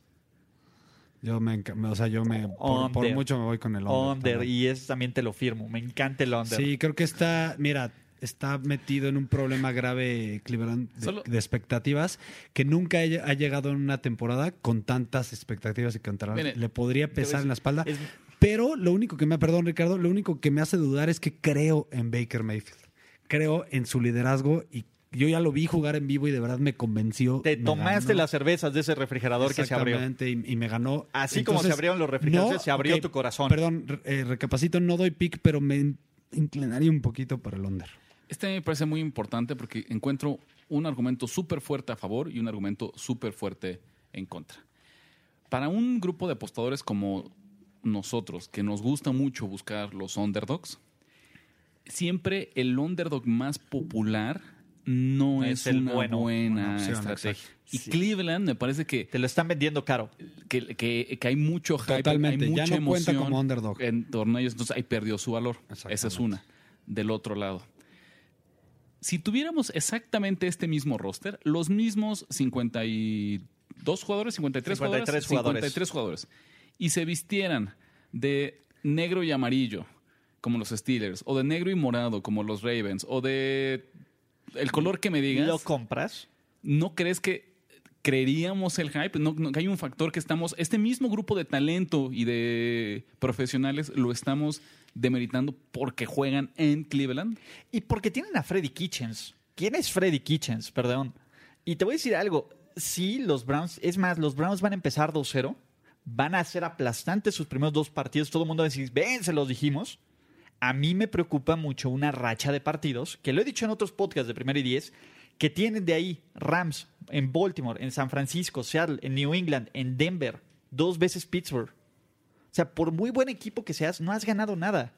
[SPEAKER 5] Yo me, enca- o sea, yo me por, por
[SPEAKER 4] Under.
[SPEAKER 5] mucho me voy con el under.
[SPEAKER 4] Under,
[SPEAKER 5] también.
[SPEAKER 4] y eso también te lo firmo. Me encanta el Under.
[SPEAKER 5] Sí, creo que está, mira, está metido en un problema grave Cleveland de,
[SPEAKER 3] Solo-
[SPEAKER 5] de expectativas que nunca haya- ha llegado en una temporada con tantas expectativas y con tantas-
[SPEAKER 3] Mire,
[SPEAKER 5] le podría pesar en la espalda.
[SPEAKER 4] es-
[SPEAKER 5] Pero lo único que me, perdón Ricardo, lo único que me hace dudar es que creo en Baker Mayfield. Creo en su liderazgo y, yo ya lo vi jugar en vivo y de verdad me convenció.
[SPEAKER 4] Te
[SPEAKER 5] me
[SPEAKER 4] tomaste
[SPEAKER 5] ganó.
[SPEAKER 4] las cervezas de ese refrigerador que se abrió.
[SPEAKER 5] Exactamente, y, y me ganó.
[SPEAKER 4] Así como se abrieron los refrigeradores, se abrió
[SPEAKER 5] ok,
[SPEAKER 4] tu corazón.
[SPEAKER 5] Perdón, re- eh, recapacito, no doy pick, pero me in- inclinaría un poquito para el under.
[SPEAKER 3] Este me parece muy importante porque encuentro un argumento súper fuerte a favor y un argumento súper fuerte en contra. Para un grupo de apostadores como nosotros, que nos gusta mucho buscar los underdogs, siempre el underdog más popular no
[SPEAKER 4] Es
[SPEAKER 3] es,
[SPEAKER 4] el
[SPEAKER 3] una
[SPEAKER 4] bueno,
[SPEAKER 3] buena
[SPEAKER 5] una opción,
[SPEAKER 3] estrategia.
[SPEAKER 5] exacto.
[SPEAKER 3] Y Cleveland me parece que
[SPEAKER 4] Te lo están vendiendo caro.
[SPEAKER 3] que, que- que hay mucho hype,
[SPEAKER 5] Totalmente,
[SPEAKER 3] hay
[SPEAKER 5] ya
[SPEAKER 3] mucha
[SPEAKER 5] no cuenta
[SPEAKER 3] emoción
[SPEAKER 5] como underdog.
[SPEAKER 3] en torno a ellos, entonces ahí perdió su valor. Esa es
[SPEAKER 5] Exactamente.
[SPEAKER 3] una. Del otro lado. Si tuviéramos exactamente este mismo roster, los mismos 52 jugadores, 53,
[SPEAKER 4] 53
[SPEAKER 3] jugadores,
[SPEAKER 4] jugadores.
[SPEAKER 3] 53 jugadores, y se vistieran de negro y amarillo, como los Steelers, o de negro y morado, como los Ravens, o de el color que me digas.
[SPEAKER 4] ¿Lo compras?
[SPEAKER 3] ¿no crees que creeríamos el hype? No, no, que hay un factor que estamos, este mismo grupo de talento y de profesionales lo estamos demeritando porque juegan en Cleveland.
[SPEAKER 4] Y porque tienen a Freddy Kitchens. ¿Quién es Freddy Kitchens? Perdón. Y te voy a decir algo. Sí, los Browns, es más, los Browns van a empezar 2-0. Van a ser aplastantes sus primeros dos partidos. Todo el mundo va a decir, ven, se los dijimos. A mí me preocupa mucho una racha de partidos, que lo he dicho en otros podcasts de Primero y Diez, que tienen de ahí Rams en Baltimore, en San Francisco, Seattle, en New England, en Denver, dos veces Pittsburgh. O sea, por muy buen equipo que seas, no has ganado nada.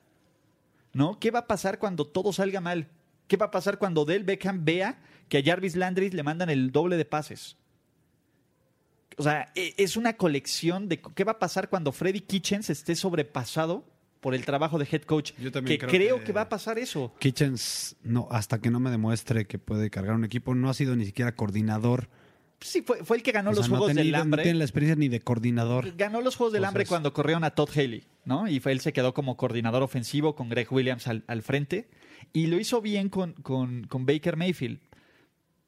[SPEAKER 4] ¿no? ¿Qué va a pasar cuando todo salga mal? ¿Qué va a pasar cuando Del Beckham vea que a Jarvis Landry le mandan el doble de pases? O sea, e- es una colección de co- qué va a pasar cuando Freddy Kitchens esté sobrepasado por el trabajo de head coach.
[SPEAKER 5] Yo también
[SPEAKER 4] que creo,
[SPEAKER 5] creo
[SPEAKER 4] que...
[SPEAKER 5] que-
[SPEAKER 4] va a pasar eso.
[SPEAKER 5] Kitchens, no, hasta que no me demuestre que puede cargar un equipo, no ha sido ni siquiera coordinador.
[SPEAKER 4] Sí, fue, fue el que ganó
[SPEAKER 5] O sea,
[SPEAKER 4] los Juegos
[SPEAKER 5] ha
[SPEAKER 4] del
[SPEAKER 5] tenido- no
[SPEAKER 4] Hambre.
[SPEAKER 5] tiene la experiencia ni de coordinador.
[SPEAKER 4] Ganó los Juegos del
[SPEAKER 5] Entonces-
[SPEAKER 4] Hambre cuando corrieron a Todd Haley, ¿no? Y fue, él se quedó como coordinador ofensivo con Greg Williams al, al frente. Y lo hizo bien con, con- con Baker Mayfield.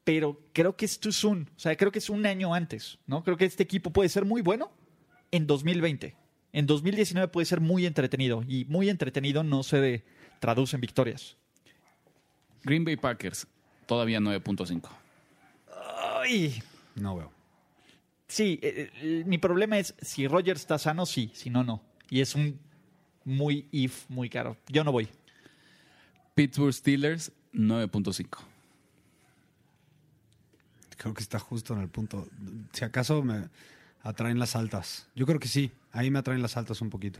[SPEAKER 4] Pero creo que es too soon. O sea, creo que es un año antes, ¿no? Creo que este equipo puede ser muy bueno en 2020. En 2019 puede ser muy entretenido. Y muy entretenido no se traduce en victorias.
[SPEAKER 3] Green Bay Packers, todavía 9.5.
[SPEAKER 4] ¡Ay!
[SPEAKER 5] No veo.
[SPEAKER 4] Sí, eh, eh, mi problema es si Rogers está sano, sí. Si no, no. Y es un muy if, muy caro. Yo no voy.
[SPEAKER 3] Pittsburgh Steelers, 9.5.
[SPEAKER 5] Creo que está justo en el punto. Si acaso me atraen las altas. Yo creo que sí, ahí me atraen las altas un poquito.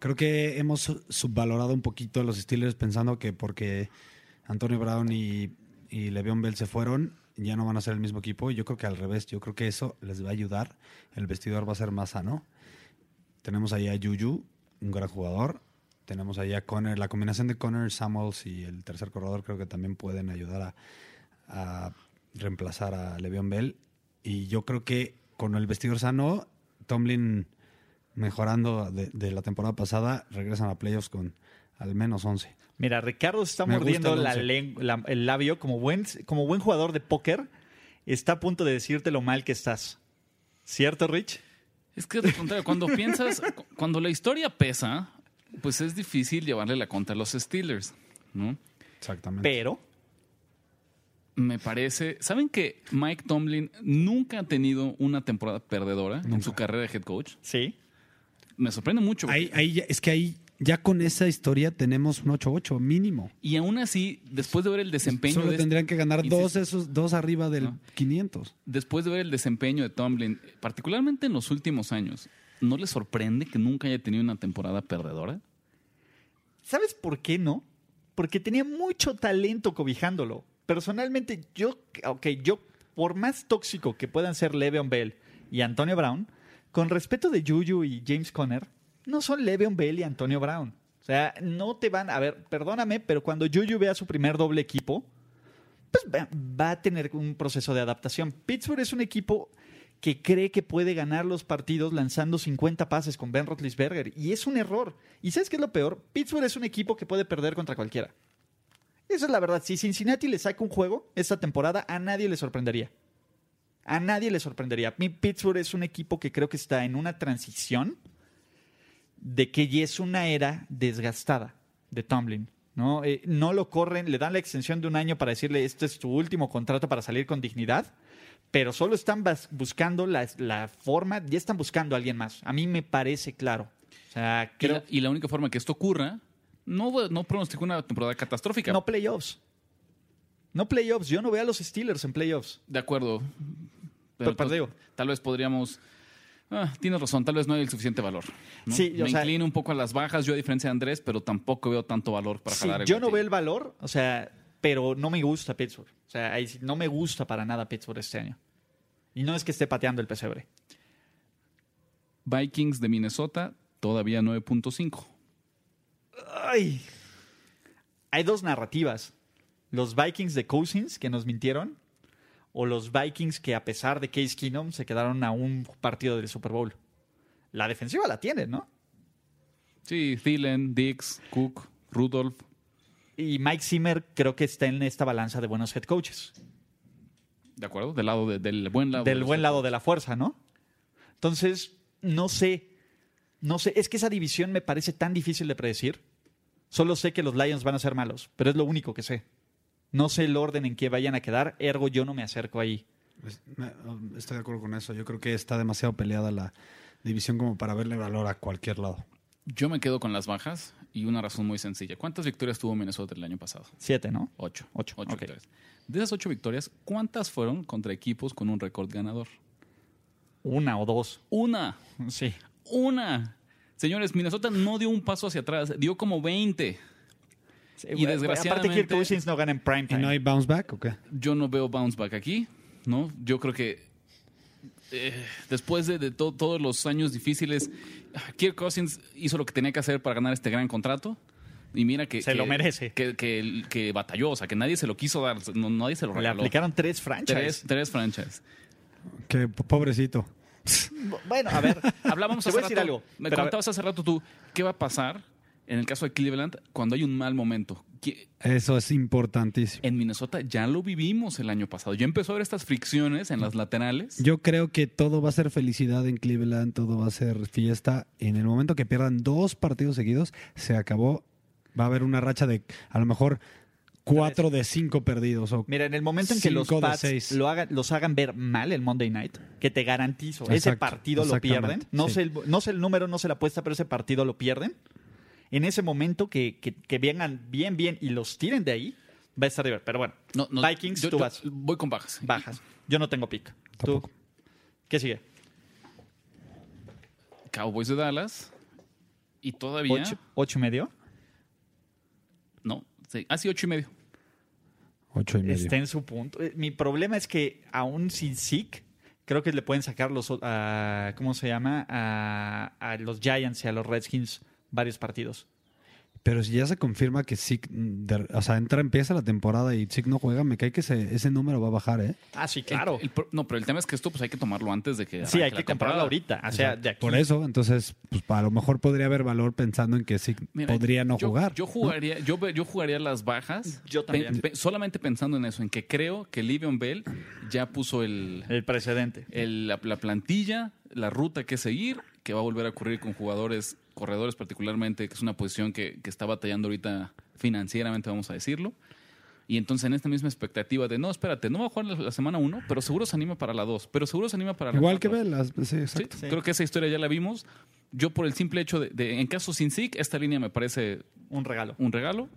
[SPEAKER 5] Creo que hemos su- subvalorado un poquito a los Steelers pensando que porque Antonio Brown y, y Le'Veon Bell se fueron, ya no van a ser el mismo equipo. Y Yo creo que al revés, yo creo que eso les va a ayudar. El vestidor va a ser más sano. Tenemos ahí a Juju, un gran jugador. Tenemos ahí a Conner. La combinación de Conner, Samuels y el tercer corredor creo que también pueden ayudar a, a reemplazar a Le'Veon Bell. Y yo creo que con el vestidor sano, Tomlin mejorando de, de la temporada pasada, regresan a playoffs con al menos 11.
[SPEAKER 4] Mira, Ricardo se está
[SPEAKER 5] Me
[SPEAKER 4] mordiendo
[SPEAKER 5] gusta el
[SPEAKER 4] la
[SPEAKER 5] once.
[SPEAKER 4] lengua- la- el labio como buen, como buen jugador de póker. Está a punto de decirte lo mal que estás. ¿Cierto, Rich?
[SPEAKER 3] Es que es lo contrario, cuando piensas, cu- cuando la historia pesa, pues es difícil llevarle la contra a los Steelers, ¿no?
[SPEAKER 5] Exactamente.
[SPEAKER 4] Pero
[SPEAKER 3] Me parece. ¿Saben que Mike Tomlin nunca ha tenido una temporada perdedora en su carrera de head coach?
[SPEAKER 4] sí,
[SPEAKER 3] Me sorprende mucho. porque-
[SPEAKER 5] Ahí, ahí ya- es que ahí ya con esa historia tenemos un 8-8 mínimo.
[SPEAKER 3] Y aún así, después de ver el desempeño
[SPEAKER 5] Solo
[SPEAKER 3] de este-
[SPEAKER 5] tendrían que ganar
[SPEAKER 3] Insisto.
[SPEAKER 5] dos, esos, dos arriba del
[SPEAKER 3] Ah.
[SPEAKER 5] 500.
[SPEAKER 3] después de ver el desempeño de Tomlin, particularmente en los últimos años, ¿no le sorprende que nunca haya tenido una temporada perdedora?
[SPEAKER 4] ¿Sabes por qué no? Porque tenía mucho talento cobijándolo. Personalmente, yo, ok, yo, por más tóxico que puedan ser Le'Veon Bell y Antonio Brown, con respeto de Juju y James Conner, no son Le'Veon Bell y Antonio Brown. O sea, no te van, a ver, perdóname, pero cuando Juju vea su primer doble equipo, pues va, va a tener un proceso de adaptación. Pittsburgh es un equipo que cree que puede ganar los partidos lanzando 50 pases con Ben Roethlisberger y es un error. ¿Y sabes qué es lo peor? Pittsburgh es un equipo que puede perder contra cualquiera. Esa es la verdad. Si Cincinnati le saca un juego esta temporada, a nadie le sorprendería. A nadie le sorprendería. Mi Pittsburgh es un equipo que creo que está en una transición de que ya es una era desgastada de Tomlin. ¿no? Eh, no lo corren, le dan la extensión de un año para decirle, este es tu último contrato para salir con dignidad, pero solo están bas- buscando la, la forma, ya están buscando a alguien más. A mí me parece claro. O sea,
[SPEAKER 3] Y la,
[SPEAKER 4] creo...
[SPEAKER 3] y la única forma que esto ocurra, no, no pronostico una temporada catastrófica.
[SPEAKER 4] No playoffs. No playoffs. Yo no veo a los Steelers en playoffs.
[SPEAKER 3] De acuerdo.
[SPEAKER 4] Pero
[SPEAKER 3] tal-
[SPEAKER 4] perdió.
[SPEAKER 3] Tal vez podríamos. Ah, tienes razón, tal vez no hay el suficiente valor. ¿no?
[SPEAKER 4] Sí, o
[SPEAKER 3] Me
[SPEAKER 4] sea-
[SPEAKER 3] inclino un poco a las bajas, yo a diferencia de Andrés, pero tampoco veo tanto valor para
[SPEAKER 4] Sí,
[SPEAKER 3] jalar el
[SPEAKER 4] yo no veo
[SPEAKER 3] gatillo.
[SPEAKER 4] el valor, o sea, pero no me gusta Pittsburgh. O sea, ahí sí, no me gusta para nada Pittsburgh este año. Y no es que esté pateando el pesebre.
[SPEAKER 3] Vikings de Minnesota, todavía 9.5.
[SPEAKER 4] Ay. Hay dos narrativas. Los Vikings de Cousins que nos mintieron o los Vikings que a pesar de Case Keenum se quedaron a un partido del Super Bowl. La defensiva la tienen, ¿no?
[SPEAKER 3] Sí, Thielen, Dix, Cook, Rudolph.
[SPEAKER 4] Y Mike Zimmer creo que está en esta balanza de buenos head coaches.
[SPEAKER 3] ¿De acuerdo? Del lado de- del buen lado.
[SPEAKER 4] del
[SPEAKER 3] de-
[SPEAKER 4] buen lado de la fuerza, ¿no? Entonces, no sé. No sé. Es que esa división me parece tan difícil de predecir. Solo sé que los Lions van a ser malos, pero es lo único que sé. No sé el orden en que vayan a quedar, ergo yo no me acerco ahí.
[SPEAKER 5] Pues, me- um, Estoy de acuerdo con eso. Yo creo que está demasiado peleada la división como para verle valor a cualquier lado.
[SPEAKER 3] Yo me quedo con las bajas y una razón muy sencilla. ¿Cuántas victorias tuvo Minnesota el año pasado?
[SPEAKER 4] Siete, ¿no?
[SPEAKER 3] Ocho.
[SPEAKER 4] Ocho, ok.
[SPEAKER 3] victorias. De esas ocho victorias, ¿cuántas fueron contra equipos con un récord ganador?
[SPEAKER 4] Una o dos.
[SPEAKER 3] Una.
[SPEAKER 4] Sí.
[SPEAKER 3] Una. Señores, Minnesota no dio un paso hacia atrás, dio como 20. Y desgraciadamente-
[SPEAKER 4] Aparte, Kirk Cousins no gana en prime
[SPEAKER 5] ¿Y
[SPEAKER 4] time.
[SPEAKER 5] no hay bounce back o qué?
[SPEAKER 3] Yo no veo bounce back aquí, ¿no? Yo creo que eh, después de, de to- todos los años difíciles, Kirk Cousins hizo lo que tenía que hacer para ganar este gran contrato. Y mira que.
[SPEAKER 4] Se
[SPEAKER 3] que-
[SPEAKER 4] lo merece.
[SPEAKER 3] Que, que- que batalló, o sea, que nadie se lo quiso dar, no- nadie se lo
[SPEAKER 4] Le
[SPEAKER 3] regaló.
[SPEAKER 4] aplicaron tres
[SPEAKER 3] Tres,
[SPEAKER 4] franchises.
[SPEAKER 3] tres franchises.
[SPEAKER 5] Que po- pobrecito.
[SPEAKER 4] Bueno, a ver.
[SPEAKER 3] Hablábamos
[SPEAKER 4] Te
[SPEAKER 3] hace
[SPEAKER 4] voy a decir
[SPEAKER 3] rato-
[SPEAKER 4] algo,
[SPEAKER 3] Me
[SPEAKER 4] pero a ver-
[SPEAKER 3] contabas hace rato tú, ¿qué va a pasar en el caso de Cleveland cuando hay un mal momento? ¿Qué-
[SPEAKER 5] Eso es importantísimo.
[SPEAKER 3] En Minnesota ya lo vivimos el año pasado. Ya empezó a haber estas fricciones en las laterales.
[SPEAKER 5] Yo creo que todo va a ser felicidad en Cleveland, todo va a ser fiesta. En el momento que pierdan dos partidos seguidos, se acabó. Va a haber una racha de a lo mejor cuatro de cinco perdidos. O
[SPEAKER 4] Mira, en el momento en que los
[SPEAKER 5] Cinco de
[SPEAKER 4] Pats
[SPEAKER 5] seis.
[SPEAKER 4] lo hagan, los hagan ver mal el Monday Night, que te garantizo, ese
[SPEAKER 5] Exacto,
[SPEAKER 4] partido lo pierden.
[SPEAKER 5] exactamente,
[SPEAKER 4] No,
[SPEAKER 5] sí.
[SPEAKER 4] sé el, no sé el número, no sé la apuesta, pero ese partido lo pierden. En ese momento que, que, que vengan bien, bien y los tiren de ahí, va a estar divertido. Pero bueno,
[SPEAKER 3] No, no,
[SPEAKER 4] Vikings,
[SPEAKER 3] yo-
[SPEAKER 4] tú
[SPEAKER 3] yo
[SPEAKER 4] vas,
[SPEAKER 3] Voy con bajas.
[SPEAKER 4] bajas. Yo no tengo pick. Tú,
[SPEAKER 5] Tampoco.
[SPEAKER 4] ¿Qué sigue?
[SPEAKER 3] Cowboys de Dallas. Y todavía.
[SPEAKER 4] ¿Ocho, ocho y medio?
[SPEAKER 3] No, sí, ah, sí, ocho y medio.
[SPEAKER 5] ocho y medio.
[SPEAKER 4] Está en su punto. Eh, Mi problema es que aún sin SIC, creo que le pueden sacar los o- a- ¿cómo se llama? A, a los Giants y a los Redskins varios partidos.
[SPEAKER 5] Pero si ya se confirma que Zig, o sea, entra, empieza la temporada y Zig no juega, me cae que ese, ese número va a bajar, ¿eh?
[SPEAKER 4] Ah, sí,
[SPEAKER 3] El- el pro- no, pero el tema es que esto pues hay que tomarlo antes de que.
[SPEAKER 4] sí,
[SPEAKER 3] arranque
[SPEAKER 4] hay
[SPEAKER 3] la
[SPEAKER 4] que comprarlo
[SPEAKER 3] temporada.
[SPEAKER 4] ahorita. O sea, de aquí.
[SPEAKER 5] Por eso, entonces, pues a lo mejor podría haber valor pensando en que Zig
[SPEAKER 3] Mira,
[SPEAKER 5] podría no
[SPEAKER 3] yo-
[SPEAKER 5] jugar.
[SPEAKER 3] Yo jugaría, yo, ve- yo jugaría las bajas.
[SPEAKER 4] Yo también.
[SPEAKER 3] pe- pe- solamente pensando en eso, en que creo que Livion Bell ya puso el,
[SPEAKER 4] El precedente.
[SPEAKER 3] el- la, la plantilla, la ruta que seguir, que va a volver a ocurrir con jugadores, corredores particularmente, que es una posición que, que está batallando ahorita financieramente, vamos a decirlo. Y entonces en esta misma expectativa de, no, espérate, no va a jugar la, la semana 1, pero seguro se anima para la 2, pero seguro se anima para la
[SPEAKER 5] Igual que
[SPEAKER 3] cuatro".
[SPEAKER 5] Velas, sí,
[SPEAKER 3] Sí,
[SPEAKER 5] exacto.
[SPEAKER 3] Creo que esa historia ya la vimos. Yo por el simple hecho de, de- en caso sin SIC, esta línea me parece
[SPEAKER 4] Un regalo.
[SPEAKER 3] un regalo.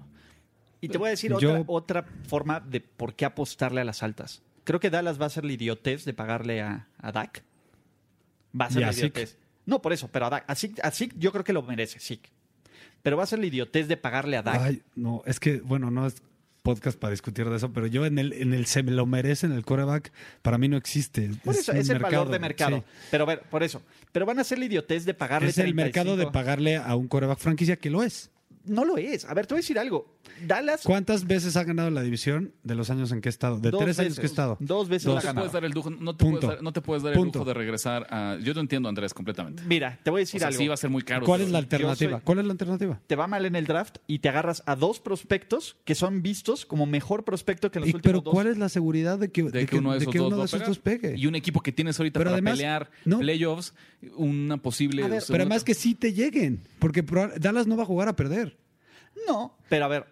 [SPEAKER 4] Y te voy a decir
[SPEAKER 5] Yo-
[SPEAKER 4] otra, otra forma de por qué apostarle a las altas. Creo que Dallas va a ser la idiotez de pagarle a, a Dak. Va a ser
[SPEAKER 5] Y a
[SPEAKER 4] la idiotez. No, por eso, pero a Dak. A Zeke- a Zeke yo creo que lo merece, Zeke. Pero va a ser la idiotez de pagarle a Dak.
[SPEAKER 5] Ay, no, es que, bueno, no es podcast para discutir de eso, pero yo en el, en el se me lo merece en el coreback, para mí no existe.
[SPEAKER 4] Por eso,
[SPEAKER 5] un
[SPEAKER 4] es el valor de mercado.
[SPEAKER 5] sí.
[SPEAKER 4] Pero a ver, por eso. Pero van a ser la idiotez de pagarle
[SPEAKER 5] Es el mercado de
[SPEAKER 4] 35.
[SPEAKER 5] pagarle a un coreback franquicia que lo es.
[SPEAKER 4] No lo es. A ver, te voy a decir algo. Dallas
[SPEAKER 5] ¿Cuántas veces ha ganado la división de los años en que he estado? De
[SPEAKER 4] Dos
[SPEAKER 5] tres años
[SPEAKER 4] veces.
[SPEAKER 5] que he estado.
[SPEAKER 4] Dos veces
[SPEAKER 3] No
[SPEAKER 4] la
[SPEAKER 3] te
[SPEAKER 4] ganado.
[SPEAKER 3] puedes dar el lujo, no te puedes
[SPEAKER 5] Punto.
[SPEAKER 3] dar, no te puedes dar el
[SPEAKER 5] Punto.
[SPEAKER 3] lujo de regresar a... Yo te entiendo, Andrés, completamente.
[SPEAKER 4] Mira, te voy a decir
[SPEAKER 3] O sea,
[SPEAKER 4] algo.
[SPEAKER 3] sí va a ser muy caro.
[SPEAKER 5] ¿Cuál es
[SPEAKER 3] pero-
[SPEAKER 5] la
[SPEAKER 4] yo soy-
[SPEAKER 5] alternativa? ¿Cuál es la alternativa?
[SPEAKER 4] te va mal en el draft y te agarras a dos prospectos que son vistos como mejor prospecto que los
[SPEAKER 5] Y-
[SPEAKER 4] últimos
[SPEAKER 5] pero
[SPEAKER 4] dos.
[SPEAKER 5] ¿cuál es la seguridad de que,
[SPEAKER 3] de,
[SPEAKER 5] de
[SPEAKER 3] que, uno de
[SPEAKER 5] de
[SPEAKER 3] esos
[SPEAKER 5] que
[SPEAKER 3] dos
[SPEAKER 5] uno
[SPEAKER 3] va
[SPEAKER 5] de
[SPEAKER 3] a
[SPEAKER 5] esos
[SPEAKER 3] pegar.
[SPEAKER 5] dos pegue?
[SPEAKER 3] Y un equipo que tienes ahorita
[SPEAKER 5] Pero
[SPEAKER 3] para
[SPEAKER 5] además,
[SPEAKER 3] pelear
[SPEAKER 5] no.
[SPEAKER 3] playoffs, una posible.
[SPEAKER 4] A ver,
[SPEAKER 5] pero
[SPEAKER 3] segunda-
[SPEAKER 5] además que sí te lleguen, porque proba- Dallas no va a jugar a perder.
[SPEAKER 4] No, pero a ver,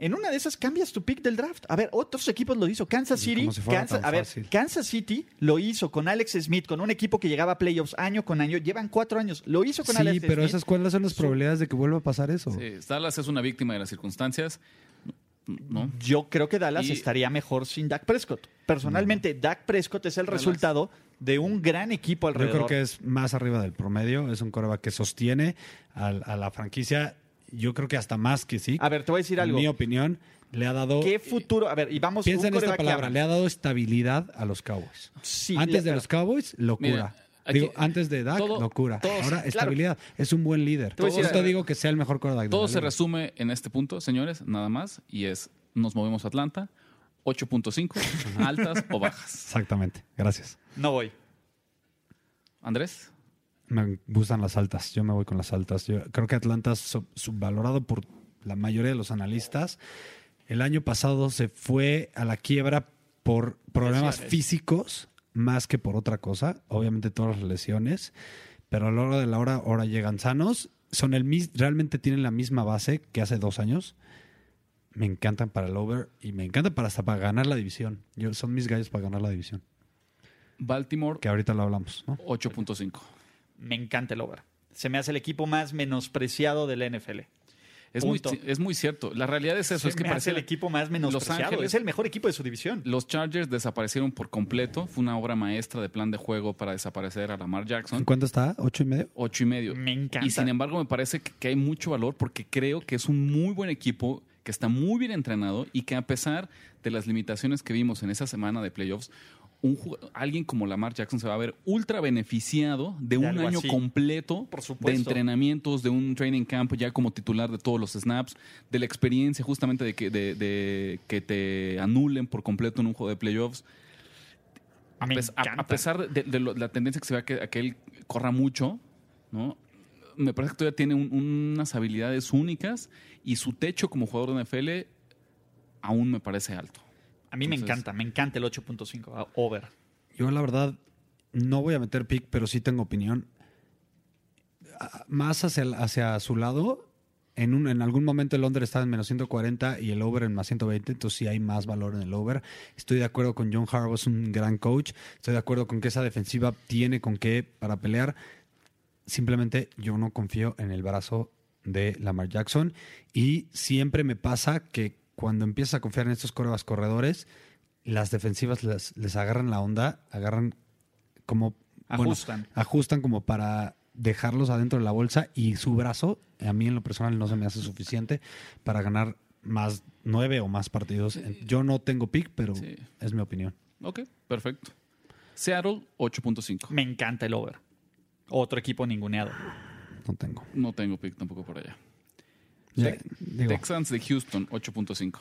[SPEAKER 4] En una de esas cambias tu pick del draft. A ver, otros equipos lo hizo. Kansas
[SPEAKER 5] Y
[SPEAKER 4] City.
[SPEAKER 5] como si fuera
[SPEAKER 4] Kansas-
[SPEAKER 5] tan
[SPEAKER 4] a ver,
[SPEAKER 5] fácil.
[SPEAKER 4] Kansas City lo hizo con Alex Smith, con un equipo que llegaba a playoffs año con año. Llevan cuatro años. Lo hizo con Alex
[SPEAKER 5] Sí, pero
[SPEAKER 4] Smith.
[SPEAKER 5] esas cuáles son las probabilidades de que vuelva a pasar eso.
[SPEAKER 3] Sí, Dallas es una víctima de las circunstancias.
[SPEAKER 5] Mm,
[SPEAKER 3] ¿No?
[SPEAKER 4] Yo creo que Dallas
[SPEAKER 3] Y-
[SPEAKER 4] estaría mejor sin Dak Prescott. Personalmente, Dak Prescott es el
[SPEAKER 3] Dallas.
[SPEAKER 4] resultado de un gran equipo
[SPEAKER 5] Yo
[SPEAKER 4] alrededor.
[SPEAKER 5] creo que es más arriba del promedio. Es un coreback que sostiene al- a, la franquicia. Yo creo que hasta más que sí.
[SPEAKER 4] A ver, te voy a decir
[SPEAKER 5] en
[SPEAKER 4] algo.
[SPEAKER 5] mi opinión, le ha dado.
[SPEAKER 4] ¿Qué futuro? A ver, y vamos
[SPEAKER 5] Piensa
[SPEAKER 4] un
[SPEAKER 5] en esta
[SPEAKER 4] quarterback que
[SPEAKER 5] palabra.
[SPEAKER 4] ama.
[SPEAKER 5] Le ha dado estabilidad a los Cowboys.
[SPEAKER 4] Sí,
[SPEAKER 5] antes
[SPEAKER 4] le-
[SPEAKER 5] de los Cowboys, locura.
[SPEAKER 3] Mira, aquí-
[SPEAKER 5] digo, antes de Dak,
[SPEAKER 3] todo-
[SPEAKER 5] locura.
[SPEAKER 3] todo-
[SPEAKER 5] Ahora,
[SPEAKER 3] claro.
[SPEAKER 5] estabilidad. Es un buen líder.
[SPEAKER 4] Te voy a decir-
[SPEAKER 5] no te digo que sea el mejor coreback.
[SPEAKER 3] Todo se resume en este punto, señores, nada más. Y es, nos movemos a Atlanta, 8.5, altas o bajas.
[SPEAKER 5] Exactamente. Gracias.
[SPEAKER 4] No voy.
[SPEAKER 3] Andrés,
[SPEAKER 5] Me gustan las altas. Yo me voy con las altas. Yo creo que Atlanta es sub- subvalorado por la mayoría de los analistas. El año pasado se fue a la quiebra por problemas
[SPEAKER 4] Lesiones.
[SPEAKER 5] físicos más que por otra cosa. Obviamente todas las lesiones. Pero a la hora de la hora, ahora llegan sanos. Son el mis- realmente tienen la misma base que hace dos años. Me encantan para el over y me encantan para hasta para ganar la división. Yo, son mis gallos para ganar la división.
[SPEAKER 3] Baltimore,
[SPEAKER 5] Que ahorita lo hablamos, ¿no?
[SPEAKER 3] 8.5.
[SPEAKER 4] Me encanta el over. Se me hace el equipo más menospreciado del NFL.
[SPEAKER 3] Es muy,
[SPEAKER 4] Punto.
[SPEAKER 3] es muy cierto. La realidad es eso.
[SPEAKER 4] Se
[SPEAKER 3] es que
[SPEAKER 4] me hace
[SPEAKER 3] parece
[SPEAKER 4] el equipo más
[SPEAKER 3] Los
[SPEAKER 4] menospreciado.
[SPEAKER 3] Ángeles-
[SPEAKER 4] Es el mejor equipo de su división.
[SPEAKER 3] Los Chargers desaparecieron por completo. Fue una obra maestra de plan de juego para desaparecer a Lamar
[SPEAKER 5] ¿En
[SPEAKER 3] Jackson.
[SPEAKER 5] cuánto está? ¿Ocho y medio?
[SPEAKER 3] Ocho y medio.
[SPEAKER 4] Me encanta.
[SPEAKER 3] Y sin embargo, me parece que, que hay mucho valor porque creo que es un muy buen equipo, que está muy bien entrenado y que a pesar de las limitaciones que vimos en esa semana de playoffs, un ju- alguien como Lamar Jackson se va a ver ultra beneficiado de, un
[SPEAKER 4] algo
[SPEAKER 3] año
[SPEAKER 4] así.
[SPEAKER 3] completo
[SPEAKER 4] Por
[SPEAKER 3] de
[SPEAKER 4] supuesto.
[SPEAKER 3] entrenamientos, de un training camp ya como titular de todos los snaps, de la experiencia justamente de que, de- de que te anulen por completo en un juego de playoffs.
[SPEAKER 4] Me
[SPEAKER 3] Pues, a-
[SPEAKER 4] encanta.
[SPEAKER 3] a, pesar de, de lo- la tendencia que se vea que, a que él corra mucho, ¿no? Me parece que todavía tiene un- unas habilidades únicas y su techo como jugador de NFL aún me parece alto.
[SPEAKER 4] A mí me
[SPEAKER 3] Entonces-
[SPEAKER 4] encanta, me encanta el 8.5 a- ah, over.
[SPEAKER 5] Yo la verdad no voy a meter pick, pero sí tengo opinión. Ah, Más hacia, el- hacia su lado, en, un, en algún momento el under está en menos 140 y el over en más 120, entonces sí hay más valor en el over. Estoy de acuerdo con John Harbaugh, es un gran coach. Estoy de acuerdo con que esa defensiva tiene con qué para pelear. Simplemente yo no confío en el brazo de Lamar Jackson y siempre me pasa que cuando empiezas a confiar en estos corebas corredores, las defensivas les, les agarran la onda, agarran como... bueno,
[SPEAKER 4] Ajustan.
[SPEAKER 5] ajustan como para dejarlos adentro de la bolsa y su brazo, a mí en lo personal no se me hace suficiente para ganar más nueve o más partidos. Yo no tengo pick, pero
[SPEAKER 3] Sí.
[SPEAKER 5] es mi opinión.
[SPEAKER 3] Ok, perfecto. Seattle, 8.5.
[SPEAKER 4] Me encanta el over. Otro equipo ninguneado.
[SPEAKER 5] No tengo.
[SPEAKER 3] No tengo pick tampoco por allá.
[SPEAKER 5] Ya,
[SPEAKER 3] Tex-
[SPEAKER 5] digo,
[SPEAKER 3] Texans de Houston, 8.5.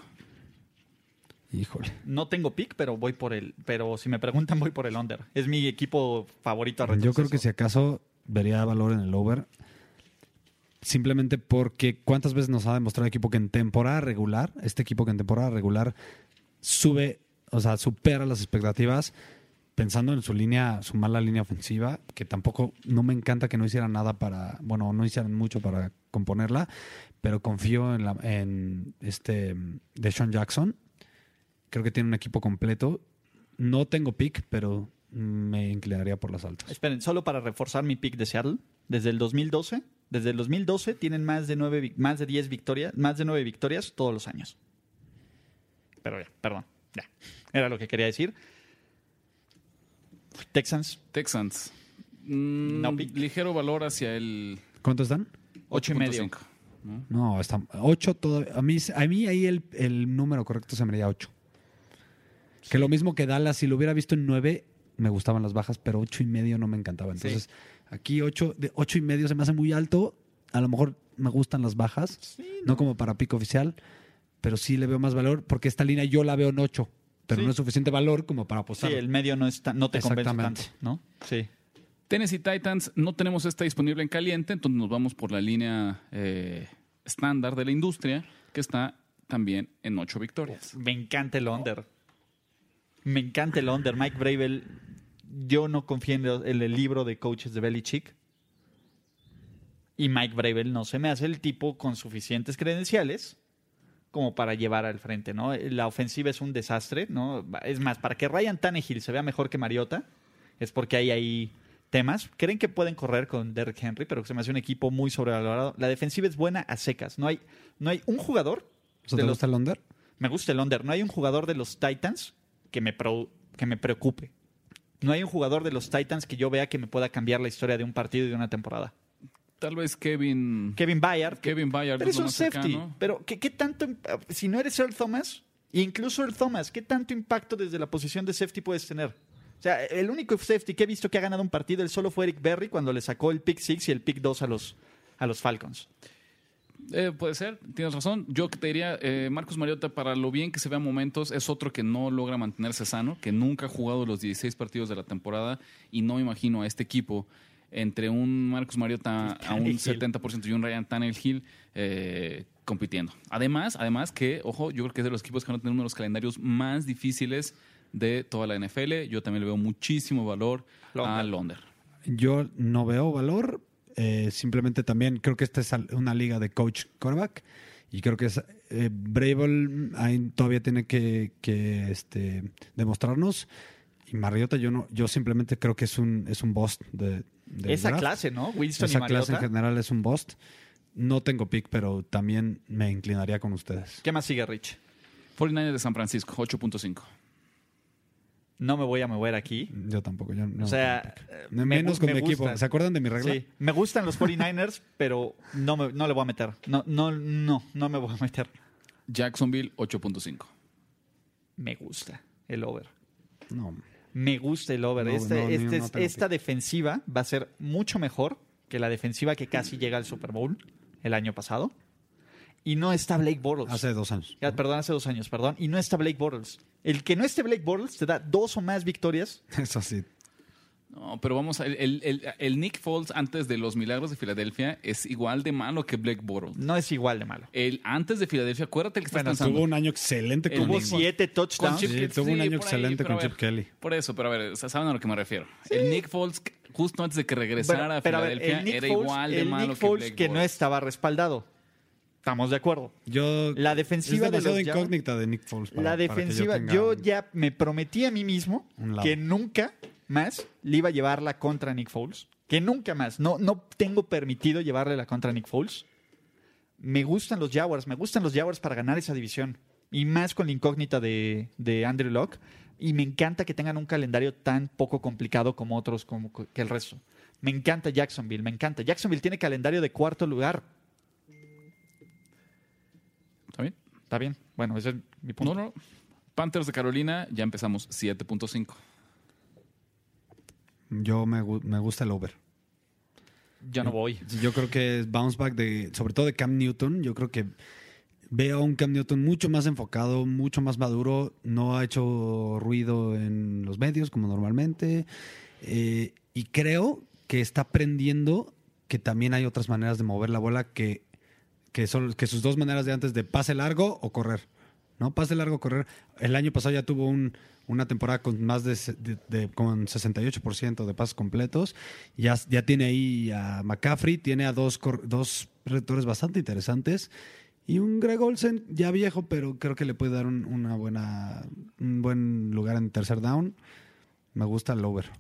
[SPEAKER 5] híjole.
[SPEAKER 4] No tengo pick, pero voy por el. Pero si me preguntan, voy por el under. Es mi equipo favorito. a
[SPEAKER 5] Yo creo
[SPEAKER 4] retroceso.
[SPEAKER 5] que si acaso vería valor en el over. Simplemente porque cuántas veces nos ha demostrado el equipo que en temporada regular, este equipo que en temporada regular sube, o sea, supera las expectativas pensando en su línea, su mala línea ofensiva, que tampoco no me encanta que no hicieran nada para, bueno, no hicieran mucho para componerla, pero confío en, la, en este de Sean Jackson. Creo que tiene un equipo completo. No tengo pick, pero me inclinaría por las altas.
[SPEAKER 4] Esperen, solo para reforzar mi pick de Seattle, desde el 2012, desde el 2012 tienen más de nueve, vic- más de 10 victorias, más de 9 victorias todos los años. Pero ya, perdón, ya. Era lo que quería decir. Texans,
[SPEAKER 3] Texans. mm,
[SPEAKER 4] No pick.
[SPEAKER 3] ligero valor hacia el
[SPEAKER 5] ¿Cuánto están?
[SPEAKER 4] 8 y medio.
[SPEAKER 3] 8.5. ¿no?
[SPEAKER 5] No, están 8 todavía. A mí, a mí ahí el, el número correcto se me haría 8. Que lo mismo que Dallas, si lo hubiera visto en 9, me gustaban las bajas, pero 8 y medio no me encantaba. Entonces, aquí 8, de 8 y medio se me hace muy alto. A lo mejor me gustan las bajas, no. como para pico oficial, pero sí le veo más valor porque esta línea yo la veo en 8, pero
[SPEAKER 4] Sí.
[SPEAKER 5] no es suficiente valor como para
[SPEAKER 4] pues Sí,
[SPEAKER 5] apostar.
[SPEAKER 4] el medio no, está, no te convence tanto,
[SPEAKER 5] Exactamente.
[SPEAKER 4] ¿no? Sí.
[SPEAKER 3] Tennessee Titans no tenemos esta disponible en caliente, entonces nos vamos por la línea eh, estándar de la industria, que está también en ocho victorias.
[SPEAKER 4] Me encanta el under. Me encanta el under. Mike Bravel, yo no confío en el, en el libro de coaches de Belichick. Y Mike Bravel no se me hace el tipo con suficientes credenciales como para llevar al frente, ¿no? La ofensiva es un desastre, ¿no? Es más, para que Ryan Tannehill se vea mejor que Mariota, es porque hay ahí temas. Creen que pueden correr con Derrick Henry, pero se me hace un equipo muy sobrevalorado. La defensiva es buena a secas. No hay, no hay un jugador.
[SPEAKER 5] ¿O sea,
[SPEAKER 4] de
[SPEAKER 5] ¿Te
[SPEAKER 4] los-
[SPEAKER 5] gusta el under?
[SPEAKER 4] me gusta el under. No hay un jugador de los Titans que me, pro- que me preocupe. No hay un jugador de los Titans que yo vea que me pueda cambiar la historia de un partido y de una temporada.
[SPEAKER 3] Tal vez Kevin.
[SPEAKER 4] Kevin Bayard. que-
[SPEAKER 3] Kevin Bayard
[SPEAKER 4] Pero
[SPEAKER 3] es
[SPEAKER 4] es
[SPEAKER 3] lo
[SPEAKER 4] un
[SPEAKER 3] más
[SPEAKER 4] safety.
[SPEAKER 3] cercano.
[SPEAKER 4] Pero ¿qué, qué tanto... imp- Si no eres Earl Thomas, e incluso Earl Thomas, ¿qué tanto impacto desde la posición de safety puedes tener? O sea, el único safety que he visto que ha ganado un partido, él solo fue Eric Berry cuando le sacó el pick 6 y el pick 2 a los, a los Falcons.
[SPEAKER 3] Eh, puede ser, tienes razón. Yo te diría, eh, Marcos Mariota, para lo bien que se vea a momentos, es otro que no logra mantenerse sano, que nunca ha jugado los 16 partidos de la temporada y no me imagino a este equipo entre un Marcos Mariota a un
[SPEAKER 4] Tannehill.
[SPEAKER 3] 70% y un Ryan Tannehill eh, compitiendo. Además, además que, ojo, yo creo que es de los equipos que van a tener uno de los calendarios más difíciles de toda la NFL. Yo también le veo muchísimo valor a Londer.
[SPEAKER 5] Yo no veo valor. eh, simplemente también creo que esta es al- una liga de coach quarterback. Y creo que es, eh, Bravel ahí todavía tiene que, que, este, demostrarnos. Y Mariota, yo no, yo simplemente creo que es un, es un boss de, del
[SPEAKER 4] Esa
[SPEAKER 5] draft.
[SPEAKER 4] clase, ¿no? Winston y
[SPEAKER 5] Esa
[SPEAKER 4] Mariota.
[SPEAKER 5] clase en general es un bust. No tengo pick, pero también me inclinaría con ustedes.
[SPEAKER 4] ¿Qué más sigue, Rich?
[SPEAKER 3] 49 de San Francisco, 8.5.
[SPEAKER 4] No me voy a mover aquí.
[SPEAKER 5] Yo tampoco. Yo no
[SPEAKER 4] o sea,
[SPEAKER 5] tengo
[SPEAKER 4] eh,
[SPEAKER 5] pick. Me-
[SPEAKER 4] me
[SPEAKER 5] menos
[SPEAKER 4] gu-
[SPEAKER 5] con
[SPEAKER 4] me
[SPEAKER 5] mi equipo.
[SPEAKER 4] gusta.
[SPEAKER 5] ¿Se acuerdan de mi regla?
[SPEAKER 4] Sí, me gustan los 49ers, pero no, me- no le voy a meter. No, no, no, no me voy a meter.
[SPEAKER 3] Jacksonville, 8.5.
[SPEAKER 4] Me gusta el over.
[SPEAKER 5] No.
[SPEAKER 4] Me gusta el over.
[SPEAKER 5] No,
[SPEAKER 4] Este-
[SPEAKER 5] no, ni-
[SPEAKER 4] este-
[SPEAKER 5] no tengo
[SPEAKER 4] esta defensiva va a ser mucho mejor que la defensiva que casi llega al Super Bowl el año pasado. Y no está Blake Bortles.
[SPEAKER 5] Hace dos años.
[SPEAKER 4] Ya, perdón, hace dos años, perdón. Y no está Blake Bortles. El que no esté Blake Bortles te da dos o más victorias.
[SPEAKER 5] Eso sí.
[SPEAKER 3] No, pero vamos, a- el, el- el- el Nick Foles antes de los Milagros de Filadelfia es igual de malo que Blake Bortles.
[SPEAKER 4] No es igual de malo.
[SPEAKER 3] El antes de Filadelfia, acuérdate el que está
[SPEAKER 4] Bueno,
[SPEAKER 3] lanzando.
[SPEAKER 5] Tuvo un año excelente
[SPEAKER 3] El
[SPEAKER 5] con
[SPEAKER 4] Tuvo
[SPEAKER 3] Nick Foles.
[SPEAKER 4] siete touchdowns.
[SPEAKER 5] Chip- Sí, tuvo un año
[SPEAKER 3] por
[SPEAKER 5] excelente
[SPEAKER 3] pero
[SPEAKER 5] con
[SPEAKER 3] a ver,
[SPEAKER 5] Chip Kelly.
[SPEAKER 3] Por eso, pero a ver, sa- saben a lo que me refiero. El Nick Foles, justo antes de que regresara
[SPEAKER 4] Bueno, pero
[SPEAKER 3] a
[SPEAKER 4] a ver,
[SPEAKER 3] Filadelfia,
[SPEAKER 4] el Nick
[SPEAKER 3] era
[SPEAKER 4] Foles-
[SPEAKER 3] igual de
[SPEAKER 4] el
[SPEAKER 3] malo
[SPEAKER 4] Nick
[SPEAKER 3] que
[SPEAKER 4] Foles
[SPEAKER 3] Blake
[SPEAKER 4] que no
[SPEAKER 3] Bortles.
[SPEAKER 4] estaba respaldado. Estamos de acuerdo.
[SPEAKER 5] Yo,
[SPEAKER 4] La defensiva
[SPEAKER 5] es
[SPEAKER 4] de los
[SPEAKER 5] demasiado
[SPEAKER 4] Giants-
[SPEAKER 5] incógnita de Nick Foles.
[SPEAKER 4] la
[SPEAKER 5] para- para que yo
[SPEAKER 4] defensiva,
[SPEAKER 5] tenga
[SPEAKER 4] yo,
[SPEAKER 5] un-
[SPEAKER 4] ya me prometí a mí mismo
[SPEAKER 5] Un lado.
[SPEAKER 4] que nunca más le iba a llevarla contra Nick Foles. Que nunca más. No, no tengo permitido llevarle la contra Nick Foles. Me gustan los Jaguars, me gustan los Jaguars para ganar esa división. Y más con la incógnita de, de Andrew Locke. Y me encanta que tengan un calendario tan poco complicado como otros, como co- que el resto. Me encanta Jacksonville, me eanta. Jacksonville tiene calendario de cuarto lugar.
[SPEAKER 3] ¿Está bien?
[SPEAKER 4] Está bien. Bueno, ese es mi punto.
[SPEAKER 3] No, no. Panthers de Carolina, ya empezamos 7.5.
[SPEAKER 5] yo me, gu- me gusta el over.
[SPEAKER 4] Ya no voy.
[SPEAKER 5] Yo creo que es bounce back de, sobre todo de Cam Newton. Yo creo que veo a un Cam Newton mucho más enfocado, mucho más maduro. No ha hecho ruido en los medios como normalmente. Eh, y creo que está aprendiendo que también hay otras maneras de mover la bola que, que son que sus dos maneras de antes de pase largo o correr. ¿no? Pase largo, correr. El año pasado ya tuvo un- una temporada con más de, se- de- de- con 68% de pases completos. Ya, ya tiene ahí a McCaffrey, tiene a dos, cor- dos receptores bastante interesantes. Y un Greg Olsen ya viejo, pero creo que le puede dar un, una buena, un buen lugar en tercer down. Me gusta el over.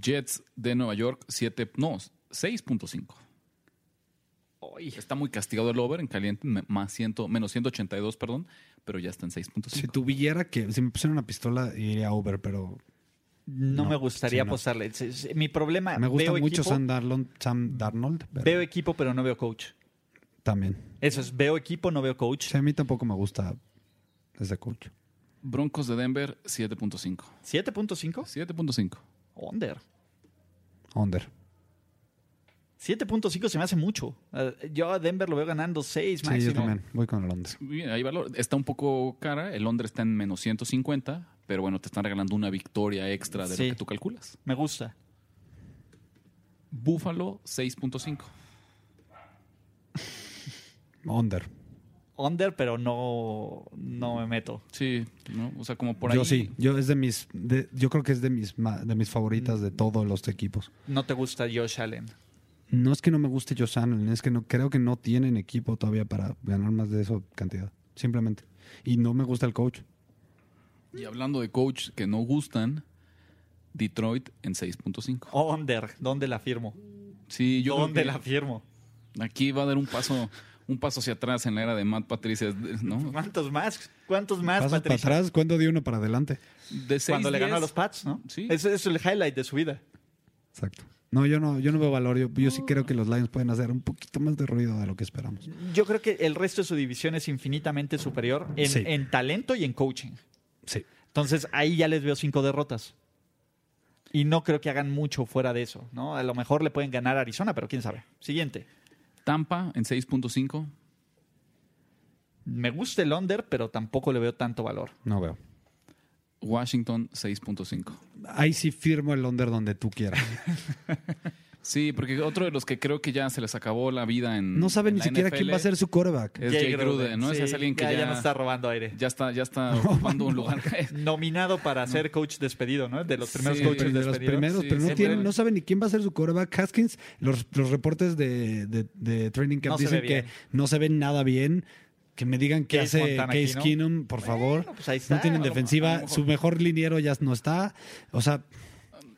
[SPEAKER 3] Jets de Nueva York, 7, no, 6.5. Está muy castigado el over en caliente, me- más 100, menos 182, perdón, pero ya está en 6.5.
[SPEAKER 5] Si tuviera que, si me pusiera una pistola, iría over, pero
[SPEAKER 4] No,
[SPEAKER 5] No,
[SPEAKER 4] me gustaría
[SPEAKER 5] sí, no.
[SPEAKER 4] apostarle. Se- se- Mi problema.
[SPEAKER 5] me gusta
[SPEAKER 4] Ah, veo
[SPEAKER 5] mucho
[SPEAKER 4] equipo,
[SPEAKER 5] Sam, Darlon- Sam Darnold. pero
[SPEAKER 4] Veo equipo, pero no veo coach.
[SPEAKER 5] también.
[SPEAKER 4] Eso es, veo equipo, no veo coach.
[SPEAKER 5] Sí, a mí tampoco me gusta desde coach.
[SPEAKER 3] Broncos de Denver, 7.5.
[SPEAKER 4] 7.5.
[SPEAKER 3] 7.5.
[SPEAKER 4] Under.
[SPEAKER 5] Under.
[SPEAKER 4] 7.5 se me hace mucho. Eh, Yo a Denver lo veo ganando 6
[SPEAKER 5] Sí, yo
[SPEAKER 4] máximo.
[SPEAKER 5] también. Voy con el under.
[SPEAKER 3] Bien, hay valor. Está un poco cara. El Londres está en menos 150, pero bueno, te están regalando una victoria extra de
[SPEAKER 4] Sí.
[SPEAKER 3] lo que tú calculas.
[SPEAKER 4] me gusta.
[SPEAKER 3] Buffalo, 6.5.
[SPEAKER 5] Under.
[SPEAKER 4] Under, pero no, no me meto.
[SPEAKER 3] Sí, ¿no? O sea, como por ahí.
[SPEAKER 5] yo sí. Yo es de mis. de- yo creo que es de mis ma- de mis favoritas de todos los equipos.
[SPEAKER 4] No te gusta Josh Allen.
[SPEAKER 5] No es que no me guste Josh Allen, es que no creo que no tienen equipo todavía para ganar más de esa cantidad. simplemente. Y no me gusta el coach.
[SPEAKER 3] Y hablando de coach que no gustan, Detroit en 6.5.
[SPEAKER 4] Under, ¿dónde la firmo?
[SPEAKER 3] Sí, yo creo
[SPEAKER 4] ¿Dónde
[SPEAKER 3] que
[SPEAKER 4] la firmo?
[SPEAKER 3] aquí va a dar un paso, un paso hacia atrás en la era de Matt Patricia, ¿no?
[SPEAKER 4] ¿Cuántos más? ¿Cuántos más,
[SPEAKER 5] Pasas para
[SPEAKER 4] Patricia?
[SPEAKER 5] atrás, ¿cuándo di uno para adelante?
[SPEAKER 3] De 6,
[SPEAKER 4] Cuando le ganó a los Pats, ¿no?
[SPEAKER 3] Sí.
[SPEAKER 4] Ese es el highlight de su vida.
[SPEAKER 5] Exacto. No, yo no, yo no veo valor. Yo, yo sí creo que los Lions pueden hacer un poquito más de ruido de lo que esperamos.
[SPEAKER 4] Yo creo que el resto de su división es infinitamente superior en,
[SPEAKER 5] Sí.
[SPEAKER 4] en talento y en coaching.
[SPEAKER 5] Sí.
[SPEAKER 4] Entonces ahí ya les veo cinco derrotas. Y no creo que hagan mucho fuera de eso, ¿no? A lo mejor le pueden ganar a Arizona, pero quién sabe. Siguiente.
[SPEAKER 3] Tampa en 6.5.
[SPEAKER 4] Me gusta el under, pero tampoco le veo tanto valor.
[SPEAKER 5] No veo.
[SPEAKER 3] Washington 6.5.
[SPEAKER 5] Ahí sí firmo el under donde tú quieras.
[SPEAKER 3] Sí, porque otro de los que creo que ya se les acabó la vida en.
[SPEAKER 5] No saben
[SPEAKER 3] en
[SPEAKER 5] ni
[SPEAKER 3] la
[SPEAKER 5] siquiera
[SPEAKER 3] NFL,
[SPEAKER 5] quién va a ser su quarterback.
[SPEAKER 3] Es Jay Gruden, ¿no? Ese
[SPEAKER 4] Sí,
[SPEAKER 3] es alguien que ya,
[SPEAKER 4] ya nos está robando aire.
[SPEAKER 3] ya está, ya está ocupando un lugar.
[SPEAKER 4] Nominado para ser coach despedido, ¿no? De los primeros
[SPEAKER 3] Sí.
[SPEAKER 4] coaches
[SPEAKER 5] De los
[SPEAKER 4] despedidos.
[SPEAKER 5] primeros,
[SPEAKER 3] Sí,
[SPEAKER 5] pero no,
[SPEAKER 3] sí,
[SPEAKER 5] tienen,
[SPEAKER 3] pero-
[SPEAKER 5] no saben ni quién va a ser su quarterback. Haskins, los, los reportes de, de- de Training Camp
[SPEAKER 4] No se
[SPEAKER 5] dicen
[SPEAKER 4] ve
[SPEAKER 5] que
[SPEAKER 4] bien.
[SPEAKER 5] no se ven nada bien. Que me digan qué
[SPEAKER 4] Case
[SPEAKER 5] hace
[SPEAKER 4] Montana
[SPEAKER 5] Case
[SPEAKER 4] Keenum.
[SPEAKER 5] Keenum, por favor.
[SPEAKER 4] pues ahí está.
[SPEAKER 5] No tienen
[SPEAKER 4] A lo-
[SPEAKER 3] a lo
[SPEAKER 5] defensiva.
[SPEAKER 3] mejor.
[SPEAKER 5] Su mejor liniero ya no está. O sea,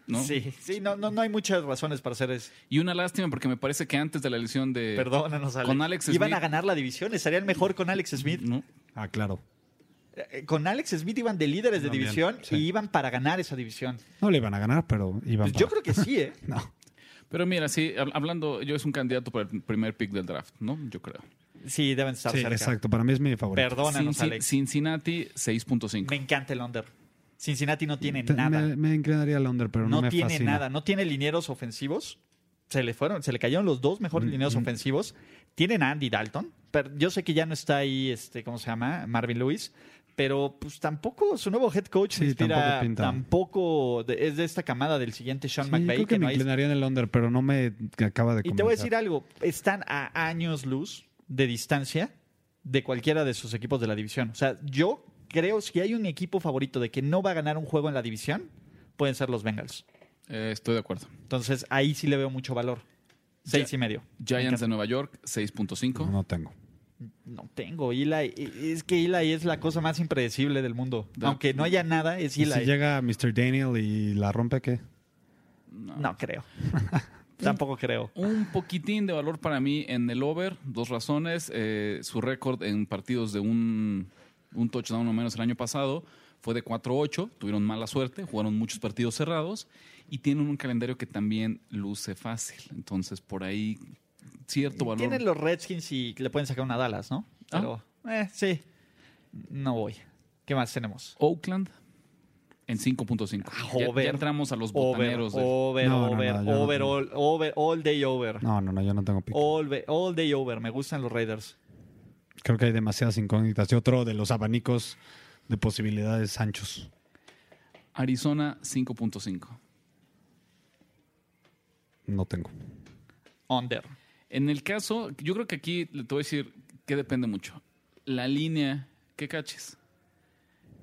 [SPEAKER 3] ¿no?
[SPEAKER 4] Sí, sí, no, no, no hay muchas razones para hacer eso.
[SPEAKER 3] Y una lástima porque me parece que antes de la lesión de.
[SPEAKER 4] Perdónanos, Alex.
[SPEAKER 3] Con Alex
[SPEAKER 4] Iban
[SPEAKER 3] Smith.
[SPEAKER 4] a ganar la división, estarían mejor con Alex Smith.
[SPEAKER 3] ¿no?
[SPEAKER 5] ah, claro.
[SPEAKER 4] Eh, Con Alex Smith iban de líderes de
[SPEAKER 5] También,
[SPEAKER 4] división
[SPEAKER 5] sí.
[SPEAKER 4] y iban para ganar esa división.
[SPEAKER 5] No le iban a ganar, pero iban
[SPEAKER 4] Pues yo
[SPEAKER 5] para-
[SPEAKER 4] creo que sí, ¿eh?
[SPEAKER 5] No.
[SPEAKER 3] Pero mira, sí, hab- hablando, yo es un candidato para el primer pick del draft, ¿no? Yo creo.
[SPEAKER 4] Sí, deben estar
[SPEAKER 5] Sí,
[SPEAKER 4] cerca.
[SPEAKER 5] exacto. Para mí es mi favorito.
[SPEAKER 4] Perdónanos,
[SPEAKER 3] Cinci-
[SPEAKER 4] Alex.
[SPEAKER 3] Cincinnati 6.5.
[SPEAKER 4] Me encanta el under. Cincinnati no tiene
[SPEAKER 5] Te-
[SPEAKER 4] nada.
[SPEAKER 5] Me, me inclinaría al under, pero no,
[SPEAKER 4] no
[SPEAKER 5] me
[SPEAKER 4] tiene
[SPEAKER 5] fascina.
[SPEAKER 4] nada. No tiene linieros ofensivos. Se le fueron, se le cayeron los dos
[SPEAKER 5] Mm,
[SPEAKER 4] mejores linieros ofensivos. Tienen a Andy Dalton. Pero yo sé que ya no está ahí, este, ¿cómo se llama? Marvin Lewis. Pero pues tampoco su nuevo head coach
[SPEAKER 5] Sí,
[SPEAKER 4] inspira-
[SPEAKER 5] tampoco pinta.
[SPEAKER 4] tampoco de- es de esta camada del siguiente Sean
[SPEAKER 5] Sí,
[SPEAKER 4] McVay.
[SPEAKER 5] creo que,
[SPEAKER 4] que no
[SPEAKER 5] me
[SPEAKER 4] hay-
[SPEAKER 5] inclinaría en el under, pero no me acaba de
[SPEAKER 4] Y te voy a
[SPEAKER 5] convencer.
[SPEAKER 4] decir algo, están a años luz de distancia de cualquiera de sus equipos de la división. O sea, yo creo si hay un equipo favorito de que no va a ganar un juego en la división, pueden ser los Bengals.
[SPEAKER 3] Eh, estoy de acuerdo.
[SPEAKER 4] Entonces ahí sí le veo mucho valor. Seis y medio.
[SPEAKER 3] Giants de
[SPEAKER 4] Me encanta.
[SPEAKER 3] Nueva York 6.5.
[SPEAKER 5] No, no tengo.
[SPEAKER 4] No tengo. Eli, es que Eli es la cosa más impredecible del mundo.
[SPEAKER 3] Da-
[SPEAKER 4] Aunque no haya nada, es
[SPEAKER 5] ¿Y
[SPEAKER 4] Eli.
[SPEAKER 5] si llega Mr. Daniel y la rompe, ¿qué?
[SPEAKER 4] No creo. Tampoco creo.
[SPEAKER 3] Un poquitín de valor para mí en el over, dos razones. Eh, su récord en partidos de un, un touchdown o menos el año pasado fue de 4-8, tuvieron mala suerte, jugaron muchos partidos cerrados y tienen un calendario que también luce fácil. Entonces, por ahí, cierto valor.
[SPEAKER 4] Tienen los Redskins y le pueden sacar una a Dallas, ¿no?
[SPEAKER 3] Ah.
[SPEAKER 4] Pero, eh, sí. No voy. ¿Qué más tenemos?
[SPEAKER 3] Oakland en 5.5.
[SPEAKER 4] Ah,
[SPEAKER 3] Ya- ya,
[SPEAKER 4] over.
[SPEAKER 3] entramos a los
[SPEAKER 4] Over,
[SPEAKER 3] botaneros. de-
[SPEAKER 4] over,
[SPEAKER 5] No, no,
[SPEAKER 4] over,
[SPEAKER 5] no, yo no
[SPEAKER 4] over,
[SPEAKER 5] tengo.
[SPEAKER 4] all, over, all day over.
[SPEAKER 5] No, no, no, yo no tengo pick.
[SPEAKER 4] All, be- all day over. Me gustan los Raiders.
[SPEAKER 5] Creo que hay demasiadas incógnitas. Y otro de los abanicos de posibilidades anchos.
[SPEAKER 3] Arizona 5.5.
[SPEAKER 5] No tengo.
[SPEAKER 4] Under.
[SPEAKER 3] En el caso, yo creo que aquí le te voy a decir que depende mucho. La línea que caches.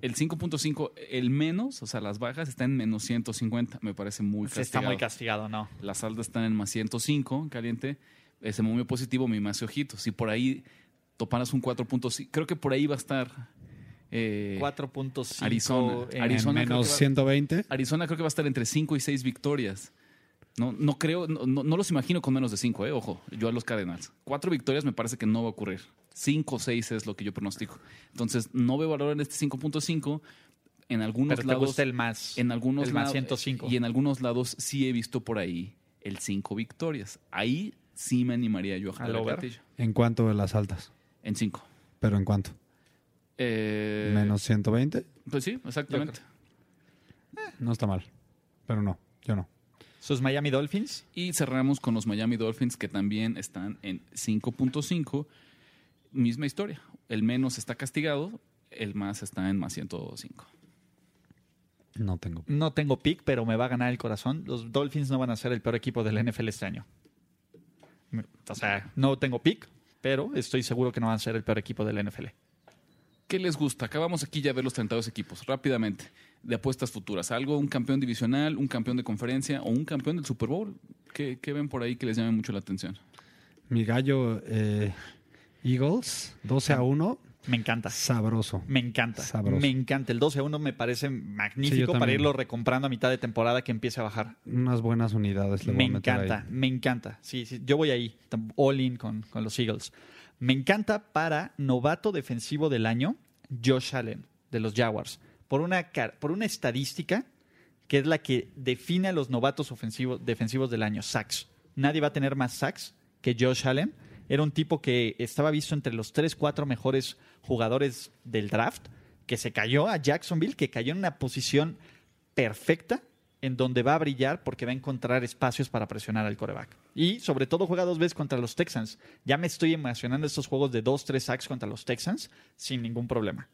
[SPEAKER 3] El 5.5, el menos, o sea, las bajas están en menos 150. Me parece muy
[SPEAKER 4] Se está
[SPEAKER 3] castigado.
[SPEAKER 4] muy castigado, ¿no?
[SPEAKER 3] Las altas están en más 105, caliente. Ese muy positivo, mi más ojito. Si por ahí toparas un 4.5, creo que por ahí va a estar. eh,
[SPEAKER 4] 4.5.
[SPEAKER 3] Arizona.
[SPEAKER 4] en-
[SPEAKER 3] Arizona creo
[SPEAKER 5] Menos
[SPEAKER 3] que va-
[SPEAKER 5] 120.
[SPEAKER 3] Arizona creo que va a estar entre 5 y 6 victorias. No, no creo, no, no- no los imagino con menos de 5, eh, ojo, yo a los Cardinals. Cuatro victorias me parece que no va a ocurrir. 5 o 6 es lo que yo pronostico. Entonces, no veo valor en este 5.5. En algunos
[SPEAKER 4] Pero te
[SPEAKER 3] lados.
[SPEAKER 4] gusta el más.
[SPEAKER 3] en algunos
[SPEAKER 4] el más
[SPEAKER 3] lados-
[SPEAKER 4] 105.
[SPEAKER 3] Y en algunos lados sí he visto por ahí el 5 victorias. Ahí sí me animaría yo a jalar
[SPEAKER 4] ¿Al
[SPEAKER 3] el
[SPEAKER 4] over?
[SPEAKER 3] gatillo.
[SPEAKER 5] ¿En cuánto de las altas?
[SPEAKER 3] En 5.
[SPEAKER 5] ¿Pero en cuánto?
[SPEAKER 3] Eh.
[SPEAKER 5] Menos 120.
[SPEAKER 3] Pues sí, exactamente.
[SPEAKER 5] No está mal. Pero no, yo no.
[SPEAKER 4] Sus Miami Dolphins.
[SPEAKER 3] Y cerramos con los Miami Dolphins, que también están en 5.5. Misma historia. El menos está castigado, el más está en más 105.
[SPEAKER 5] No tengo.
[SPEAKER 4] No tengo pick, pero me va a ganar el corazón. Los Dolphins no van a ser el peor equipo del NFL este año. Me- O sea, no tengo pick, pero estoy seguro que no van a ser el peor equipo del NFL.
[SPEAKER 3] ¿Qué les gusta? Acabamos aquí ya de ver los 32 equipos, rápidamente, de apuestas futuras. ¿Algo? ¿Un campeón divisional, un campeón de conferencia o un campeón del Super Bowl? ¿Qué, qué ven por ahí que les llame mucho la atención?
[SPEAKER 5] Mi gallo eh, Eagles, 12 a 1.
[SPEAKER 4] Me encanta.
[SPEAKER 5] Sabroso.
[SPEAKER 4] Me encanta.
[SPEAKER 5] Sabroso.
[SPEAKER 4] Me encanta. El 12 a 1 me parece magnífico
[SPEAKER 5] también.
[SPEAKER 4] para irlo recomprando a mitad de temporada que empiece a bajar.
[SPEAKER 5] Unas buenas unidades. Pues le voy
[SPEAKER 4] Me
[SPEAKER 5] a meter ahí.
[SPEAKER 4] encanta, me encanta. Sí, sí, yo voy ahí, tam- all in con, con los Eagles. Me encanta para novato defensivo del año, Josh Allen, de los Jaguars, por una, car- por una estadística que es la que define a los novatos ofensivos, defensivos del año, sacks. Nadie va a tener más sacks que Josh Allen. Era un tipo que estaba visto entre los 3, 4 mejores jugadores del draft, que se cayó a Jacksonville, que cayó en una posición perfecta en donde va a brillar porque va a encontrar espacios para presionar al coreback. Y sobre todo juega dos veces contra los Texans. Ya me estoy emocionando estos juegos de 2-3 sacks contra los Texans sin ningún problema.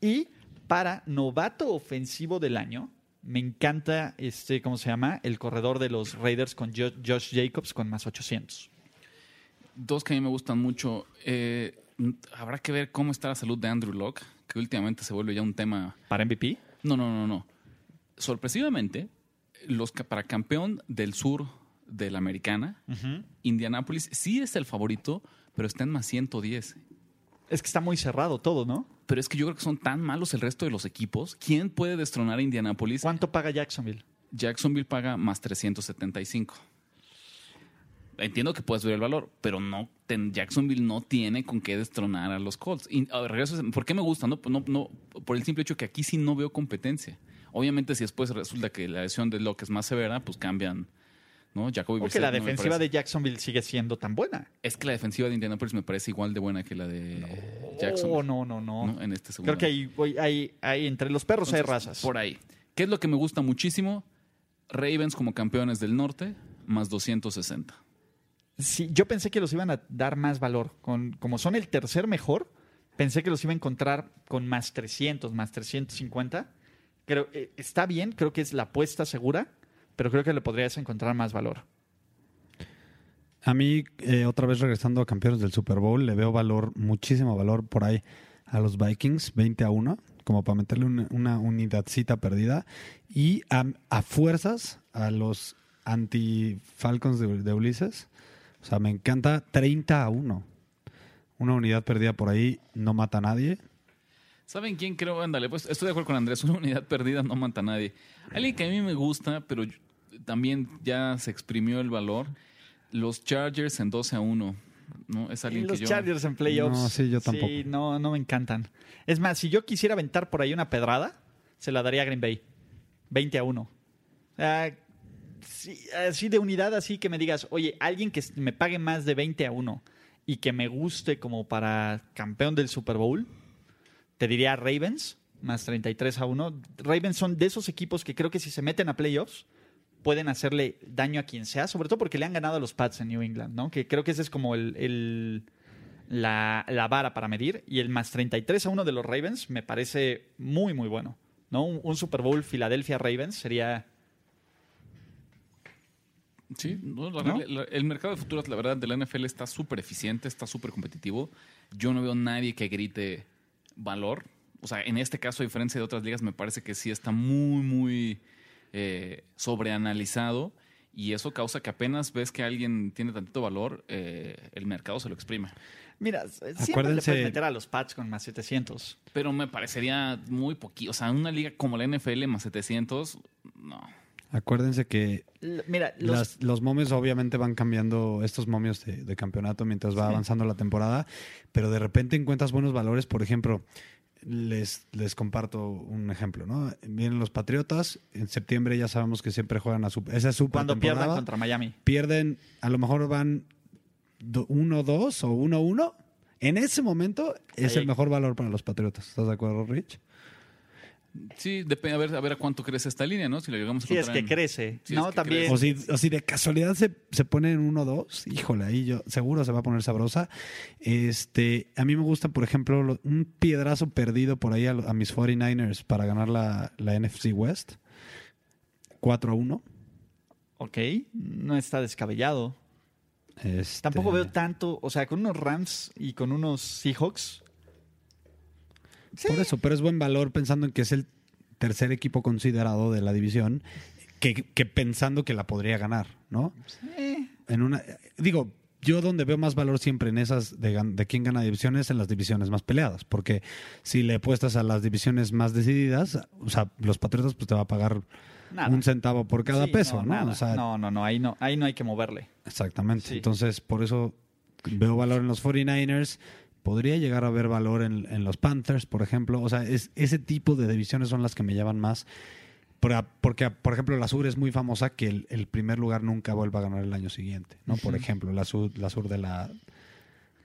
[SPEAKER 4] Y para novato ofensivo del año, me encanta este, ¿cómo se llama? El corredor de los Raiders con Jo- Josh Jacobs con más 800.
[SPEAKER 3] Dos que a mí me gustan mucho. Eh, habrá que ver cómo está la salud de Andrew Locke, que últimamente se vuelve ya un tema.
[SPEAKER 4] Para MVP,
[SPEAKER 3] No, no, no, no. Sorpresivamente, los ca- para campeón del sur de la americana, Indianapolis sí es el favorito, pero está en más 110.
[SPEAKER 4] es que está muy cerrado todo, ¿no?
[SPEAKER 3] Pero es que yo creo que son tan malos el resto de los equipos. ¿Quién puede destronar a Indianapolis?
[SPEAKER 4] ¿Cuánto paga Jacksonville?
[SPEAKER 3] Jacksonville paga más 375. Entiendo que puedes ver el valor, pero no ten- Jacksonville no tiene con qué destronar a los Colts. Y, a ver, regreso, a- ¿Por qué me gusta? No, no, no, por el simple hecho que aquí sí no veo competencia. Obviamente, si después resulta que la lesión de Locke es más severa, pues cambian. ¿no? Jacoby
[SPEAKER 4] Porque
[SPEAKER 3] Brissett
[SPEAKER 4] la
[SPEAKER 3] pues no me
[SPEAKER 4] defensiva
[SPEAKER 3] parece-
[SPEAKER 4] de Jacksonville sigue siendo tan buena.
[SPEAKER 3] Es que la defensiva de Indianapolis me parece igual de buena que la de
[SPEAKER 4] Oh,
[SPEAKER 3] Jacksonville.
[SPEAKER 4] no, no, no.
[SPEAKER 3] ¿no? En este segundo.
[SPEAKER 4] Creo que ahí, voy- ahí- ahí entre los perros hay
[SPEAKER 3] Entonces,
[SPEAKER 4] razas.
[SPEAKER 3] Por ahí. ¿Qué es lo que me gusta muchísimo? Ravens como campeones del norte, más 260.
[SPEAKER 4] Sí, yo pensé que los iban a dar más valor. Con, como son el tercer mejor, pensé que los iba a encontrar con más 300, más 350. Creo, eh, está bien, creo que es la apuesta segura, pero creo que le podrías encontrar más valor.
[SPEAKER 5] A mí, eh, otra vez regresando a campeones del Super Bowl, le veo valor, muchísimo valor por ahí a los Vikings, 20 a 1, como para meterle una, una unidadcita perdida. Y a, a fuerzas a los anti-Falcons de, de Ulises. O sea, me encanta 30 a 1. Una unidad perdida por ahí no mata a nadie.
[SPEAKER 3] ¿Saben quién creo? Ándale, pues estoy de acuerdo con Andrés. Una unidad perdida no mata a nadie. Alguien que a mí me gusta, pero yo- también ya se exprimió el valor. Los Chargers en 12 a 1. ¿no? Es
[SPEAKER 4] Y
[SPEAKER 3] alguien
[SPEAKER 4] los
[SPEAKER 3] que yo.
[SPEAKER 4] Chargers en playoffs.
[SPEAKER 5] No, sí, yo tampoco.
[SPEAKER 4] Sí, no, no me encantan. Es más, si yo quisiera aventar por ahí una pedrada, se la daría a Green Bay. 20 a 1. Ah, sí, así de unidad, así que me digas, oye, alguien que me pague más de 20 a 1 y que me guste como para campeón del Super Bowl, te diría Ravens más 33 a 1. Ravens son de esos equipos que creo que si se meten a playoffs pueden hacerle daño a quien sea, sobre todo porque le han ganado a los Pats en New England, ¿no? Que creo que ese es como el, el- la, la vara para medir. Y el más 33 a 1 de los Ravens me parece muy, muy bueno, ¿no? Un, un Super Bowl Philadelphia Ravens sería...
[SPEAKER 3] Sí, no, la-
[SPEAKER 4] ¿No?
[SPEAKER 3] la- el mercado de futuros, la verdad, de la NFL está súper eficiente, está súper competitivo. Yo no veo nadie que grite valor. O sea, en este caso, a diferencia de otras ligas, me parece que sí está muy, muy eh, sobreanalizado. Y eso causa que apenas ves que alguien tiene tantito valor, eh, el mercado se lo exprime.
[SPEAKER 4] Mira, siempre le
[SPEAKER 5] Acuérdense-
[SPEAKER 4] puedes meter a los Pats con más 700.
[SPEAKER 3] Pero me parecería muy poquito. O sea, una liga como la NFL más 700, no.
[SPEAKER 5] Acuérdense que
[SPEAKER 4] L- Mira, los,
[SPEAKER 5] Las- los momios obviamente van cambiando estos momios de, de campeonato mientras va avanzando la temporada, pero de repente encuentras buenos valores. Por ejemplo, les, les comparto un ejemplo, ¿no? Vienen los Patriotas, en septiembre ya sabemos que siempre juegan a su... Esa es su
[SPEAKER 4] cuando pierdan
[SPEAKER 5] pretemporada.
[SPEAKER 4] contra Miami.
[SPEAKER 5] Pierden, a lo mejor van 1-2 o 1-1. En ese momento es
[SPEAKER 4] Ahí-
[SPEAKER 5] el mejor valor para los Patriotas. ¿Estás de acuerdo, Rich?
[SPEAKER 3] Sí, depende a ver, a ver a cuánto crece esta línea, ¿no? Si lo llegamos a
[SPEAKER 4] Si es
[SPEAKER 3] encontrar
[SPEAKER 4] que
[SPEAKER 3] en-
[SPEAKER 4] crece.
[SPEAKER 3] si es
[SPEAKER 4] no,
[SPEAKER 3] que
[SPEAKER 4] también...
[SPEAKER 5] O si, o si de casualidad se, se pone en 1-2, híjole, ahí yo seguro se va a poner sabrosa. Este, a mí me gusta, por ejemplo, lo- un piedrazo perdido por ahí a, lo- a mis 49ers para ganar la, la NFC West. 4-1.
[SPEAKER 4] Ok, no está descabellado.
[SPEAKER 5] Este,
[SPEAKER 4] Tampoco veo tanto, o sea, con unos Rams y con unos Seahawks.
[SPEAKER 5] Por eso, pero es buen valor pensando en que es el tercer equipo considerado de la división, que, que pensando que la podría ganar, ¿no?
[SPEAKER 4] eh,
[SPEAKER 5] En una, digo, yo donde veo más valor siempre en esas de, gan- de quién gana divisiones en las divisiones más peleadas, porque si le apuestas a las divisiones más decididas, o sea, los Patriotas pues te va a pagar
[SPEAKER 4] Nada.
[SPEAKER 5] un centavo por cada
[SPEAKER 4] Sí,
[SPEAKER 5] peso, ¿no?
[SPEAKER 4] nada.
[SPEAKER 5] O sea,
[SPEAKER 4] no, no, no, ahí no, ahí no hay que moverle.
[SPEAKER 5] Exactamente.
[SPEAKER 4] Sí.
[SPEAKER 5] Entonces, por eso veo valor en los 49ers. Podría llegar a haber valor en, en los Panthers, por ejemplo. O sea, es, ese tipo de divisiones son las que me llaman más. Por- Porque, por ejemplo, la Sur es muy famosa que el, el primer lugar nunca vuelva a ganar el año siguiente, ¿no? Por ejemplo, la Sur, la sur de, la,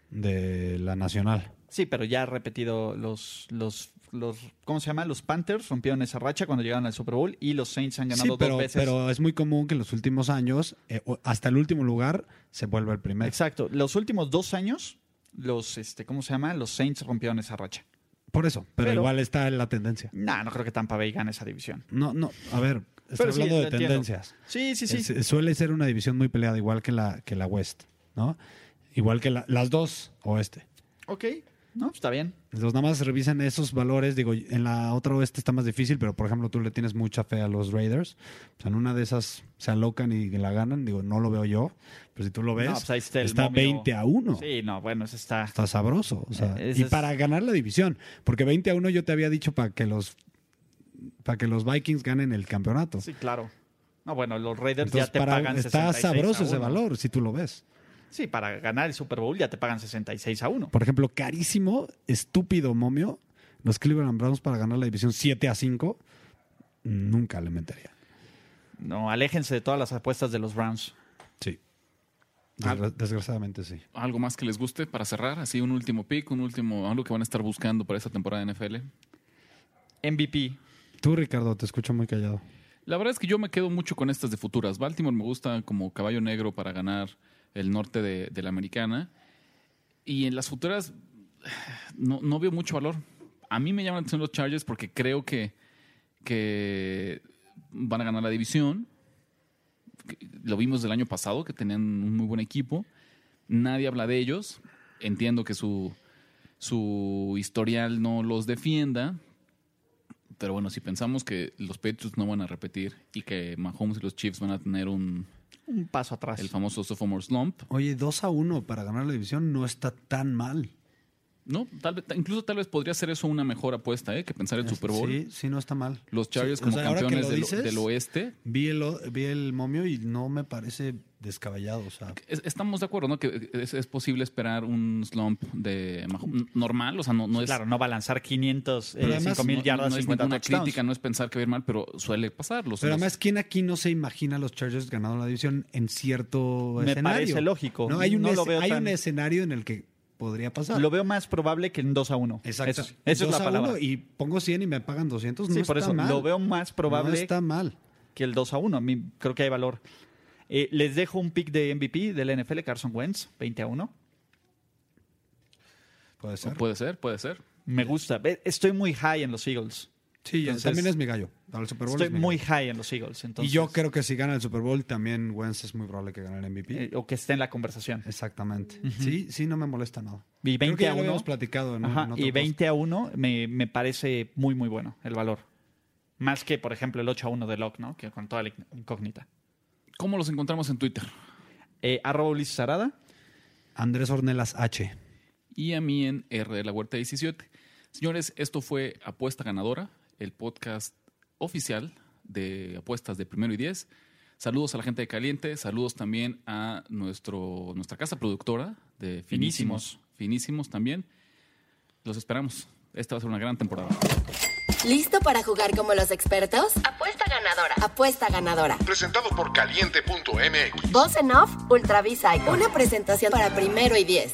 [SPEAKER 5] de la Nacional.
[SPEAKER 4] Sí, pero ya ha repetido los, los, los, ¿cómo se llama? Los Panthers rompieron esa racha cuando llegaron al Super Bowl y los Saints han ganado
[SPEAKER 5] Sí, pero,
[SPEAKER 4] dos veces.
[SPEAKER 5] pero es muy común que en los últimos años, eh, o- hasta el último lugar, se vuelva el primer.
[SPEAKER 4] Exacto. Los últimos dos años, los, este, ¿cómo se llama? Los Saints rompieron esa racha.
[SPEAKER 5] Por eso, pero
[SPEAKER 4] Pero-
[SPEAKER 5] igual está la tendencia.
[SPEAKER 4] Nah, no creo que Tampa Bay gane esa división.
[SPEAKER 5] No, no, a ver, estoy
[SPEAKER 4] Pero sí,
[SPEAKER 5] hablando
[SPEAKER 4] lo
[SPEAKER 5] de
[SPEAKER 4] entiendo.
[SPEAKER 5] tendencias.
[SPEAKER 4] Sí, sí, sí.
[SPEAKER 5] Es- eh, suele ser una división muy peleada, igual que la, que la West, ¿no? Igual que la- las dos oeste.
[SPEAKER 4] Ok. No, pues, está bien.
[SPEAKER 5] Entonces, nada más revisan esos valores. Digo, en la otra oeste está más difícil, pero por ejemplo, tú le tienes mucha fe a los Raiders. O sea, en una de esas se alocan y la ganan. Digo, no lo veo yo, pero si tú lo ves,
[SPEAKER 4] No, pues ahí está el momio.
[SPEAKER 5] 20 a 1.
[SPEAKER 4] Sí, no, bueno, eso está.
[SPEAKER 5] Está sabroso. o sea,
[SPEAKER 4] Eh, ese
[SPEAKER 5] y
[SPEAKER 4] es-
[SPEAKER 5] para ganar la división, porque 20 a 1 yo te había dicho para que los para que los Vikings ganen el campeonato.
[SPEAKER 4] Sí, claro. No, bueno, los Raiders
[SPEAKER 5] Entonces,
[SPEAKER 4] ya te
[SPEAKER 5] para-
[SPEAKER 4] pagan
[SPEAKER 5] está
[SPEAKER 4] 66 a
[SPEAKER 5] sabroso ese
[SPEAKER 4] uno.
[SPEAKER 5] valor, si tú lo ves.
[SPEAKER 4] Sí, para ganar el Super Bowl ya te pagan 66 a 1.
[SPEAKER 5] Por ejemplo, carísimo, estúpido momio, los Cleveland Browns para ganar la división 7 a 5, nunca le metería.
[SPEAKER 4] No, aléjense de todas las apuestas de los Browns.
[SPEAKER 5] Sí.
[SPEAKER 3] Ah.
[SPEAKER 5] Desgra- Desgraciadamente sí.
[SPEAKER 3] ¿Algo más que les guste para cerrar? Así un último pick, un último, algo que van a estar buscando para esta temporada de NFL.
[SPEAKER 4] MVP.
[SPEAKER 5] Tú, Ricardo, te escucho muy callado.
[SPEAKER 3] La verdad es que yo me quedo mucho con estas de futuras. Baltimore me gusta como caballo negro para ganar el norte de, de la americana. Y en las futuras no, no veo mucho valor. A mí me llaman la atención los Chargers porque creo que, que van a ganar la división. Que- Lo vimos del año pasado, que tenían un muy buen equipo. Nadie habla de ellos. Entiendo que su, su historial no los defienda, pero bueno, si pensamos que los Patriots no van a repetir y que Mahomes y los Chiefs van a tener un
[SPEAKER 4] Un paso
[SPEAKER 5] Ah,
[SPEAKER 4] atrás.
[SPEAKER 3] el famoso sophomore slump,
[SPEAKER 5] Oye, 2 a 1 para ganar la división no está tan mal.
[SPEAKER 3] no, tal vez, incluso tal vez podría ser eso una mejor apuesta, ¿eh? que pensar el Super Bowl.
[SPEAKER 5] Sí, sí, no está mal.
[SPEAKER 3] Los Chargers
[SPEAKER 5] Sí, o
[SPEAKER 3] como
[SPEAKER 5] sea, ahora que
[SPEAKER 3] campeones
[SPEAKER 5] lo
[SPEAKER 3] del,
[SPEAKER 5] dices,
[SPEAKER 3] del oeste.
[SPEAKER 5] Vi el, o- vi el momio y no me parece descabellado. O sea,
[SPEAKER 3] Es- estamos de acuerdo, ¿no? Que es, es posible esperar un slump de Mahomes normal, o sea, no, no es
[SPEAKER 4] Claro, no va a lanzar 500,
[SPEAKER 5] Pero además,
[SPEAKER 4] 5 mil
[SPEAKER 3] no-
[SPEAKER 4] yardas,
[SPEAKER 3] no es
[SPEAKER 4] 50
[SPEAKER 3] ninguna
[SPEAKER 4] touchdowns.
[SPEAKER 3] crítica, no es pensar que va a ir mal, pero suele pasar. Los,
[SPEAKER 5] Pero
[SPEAKER 3] los-
[SPEAKER 5] además, ¿quién aquí no se imagina a los Chargers ganando la división en cierto
[SPEAKER 4] Me
[SPEAKER 5] escenario?
[SPEAKER 4] parece lógico.
[SPEAKER 5] No, hay un,
[SPEAKER 4] No lo
[SPEAKER 5] es-
[SPEAKER 4] veo
[SPEAKER 5] hay
[SPEAKER 4] tan-
[SPEAKER 5] un escenario en el que podría pasar.
[SPEAKER 4] Lo veo más probable que en 2 a 1.
[SPEAKER 5] Exacto.
[SPEAKER 4] Eso, es- eso es
[SPEAKER 5] Dos
[SPEAKER 4] la
[SPEAKER 5] a
[SPEAKER 4] palabra.
[SPEAKER 5] uno y pongo 100 y me pagan 200.
[SPEAKER 4] sí,
[SPEAKER 5] no
[SPEAKER 4] por
[SPEAKER 5] está
[SPEAKER 4] eso.
[SPEAKER 5] mal.
[SPEAKER 4] Lo veo más probable
[SPEAKER 5] No está mal.
[SPEAKER 4] que el 2 a 1. A mí creo que hay valor. Eh, les dejo un pick de MVP del NFL, Carson Wentz, 20 a 1.
[SPEAKER 5] Puede ser.
[SPEAKER 3] Puede ser, puede ser.
[SPEAKER 4] Me gusta. Ve, Estoy muy high en los Eagles.
[SPEAKER 5] Sí,
[SPEAKER 4] Entonces,
[SPEAKER 5] también es mi gallo. Para el Super Bowl
[SPEAKER 4] Estoy
[SPEAKER 5] es mi
[SPEAKER 4] muy
[SPEAKER 5] gallo.
[SPEAKER 4] high en los Eagles. Entonces,
[SPEAKER 5] Y yo creo que si gana el Super Bowl, también Wentz es muy probable que gane el MVP.
[SPEAKER 4] eh, o que esté en la conversación.
[SPEAKER 5] Exactamente. Sí, sí, no me molesta nada.
[SPEAKER 4] Y 20
[SPEAKER 5] creo que ya
[SPEAKER 4] a
[SPEAKER 5] lo
[SPEAKER 4] uno.
[SPEAKER 5] habíamos platicado en, un-
[SPEAKER 4] Ajá,
[SPEAKER 5] en otro
[SPEAKER 4] y 20 a 1 me, me parece muy, muy bueno el valor. Más que, por ejemplo, el 8 a 1 de Locke, ¿no? Que con toda la incógnita.
[SPEAKER 3] ¿Cómo los encontramos en Twitter?
[SPEAKER 4] Eh, arroba Ulises Arada.
[SPEAKER 5] podcast. Andrés Ornelas H.
[SPEAKER 3] y a mí en R de la Huerta 17. Señores, esto fue Apuesta Ganadora, el podcast oficial de apuestas de primero y diez. Saludos a la gente de Caliente, saludos también a nuestro, nuestra casa productora de Finísimos. Finísimos también. Los esperamos. Esta va a ser una gran temporada.
[SPEAKER 1] ¿Listo para jugar como los expertos? Apuesta ganadora. Apuesta ganadora.
[SPEAKER 2] Presentado por caliente.mx.
[SPEAKER 1] Voz en off, Ultravisa. Una presentación para primero y diez.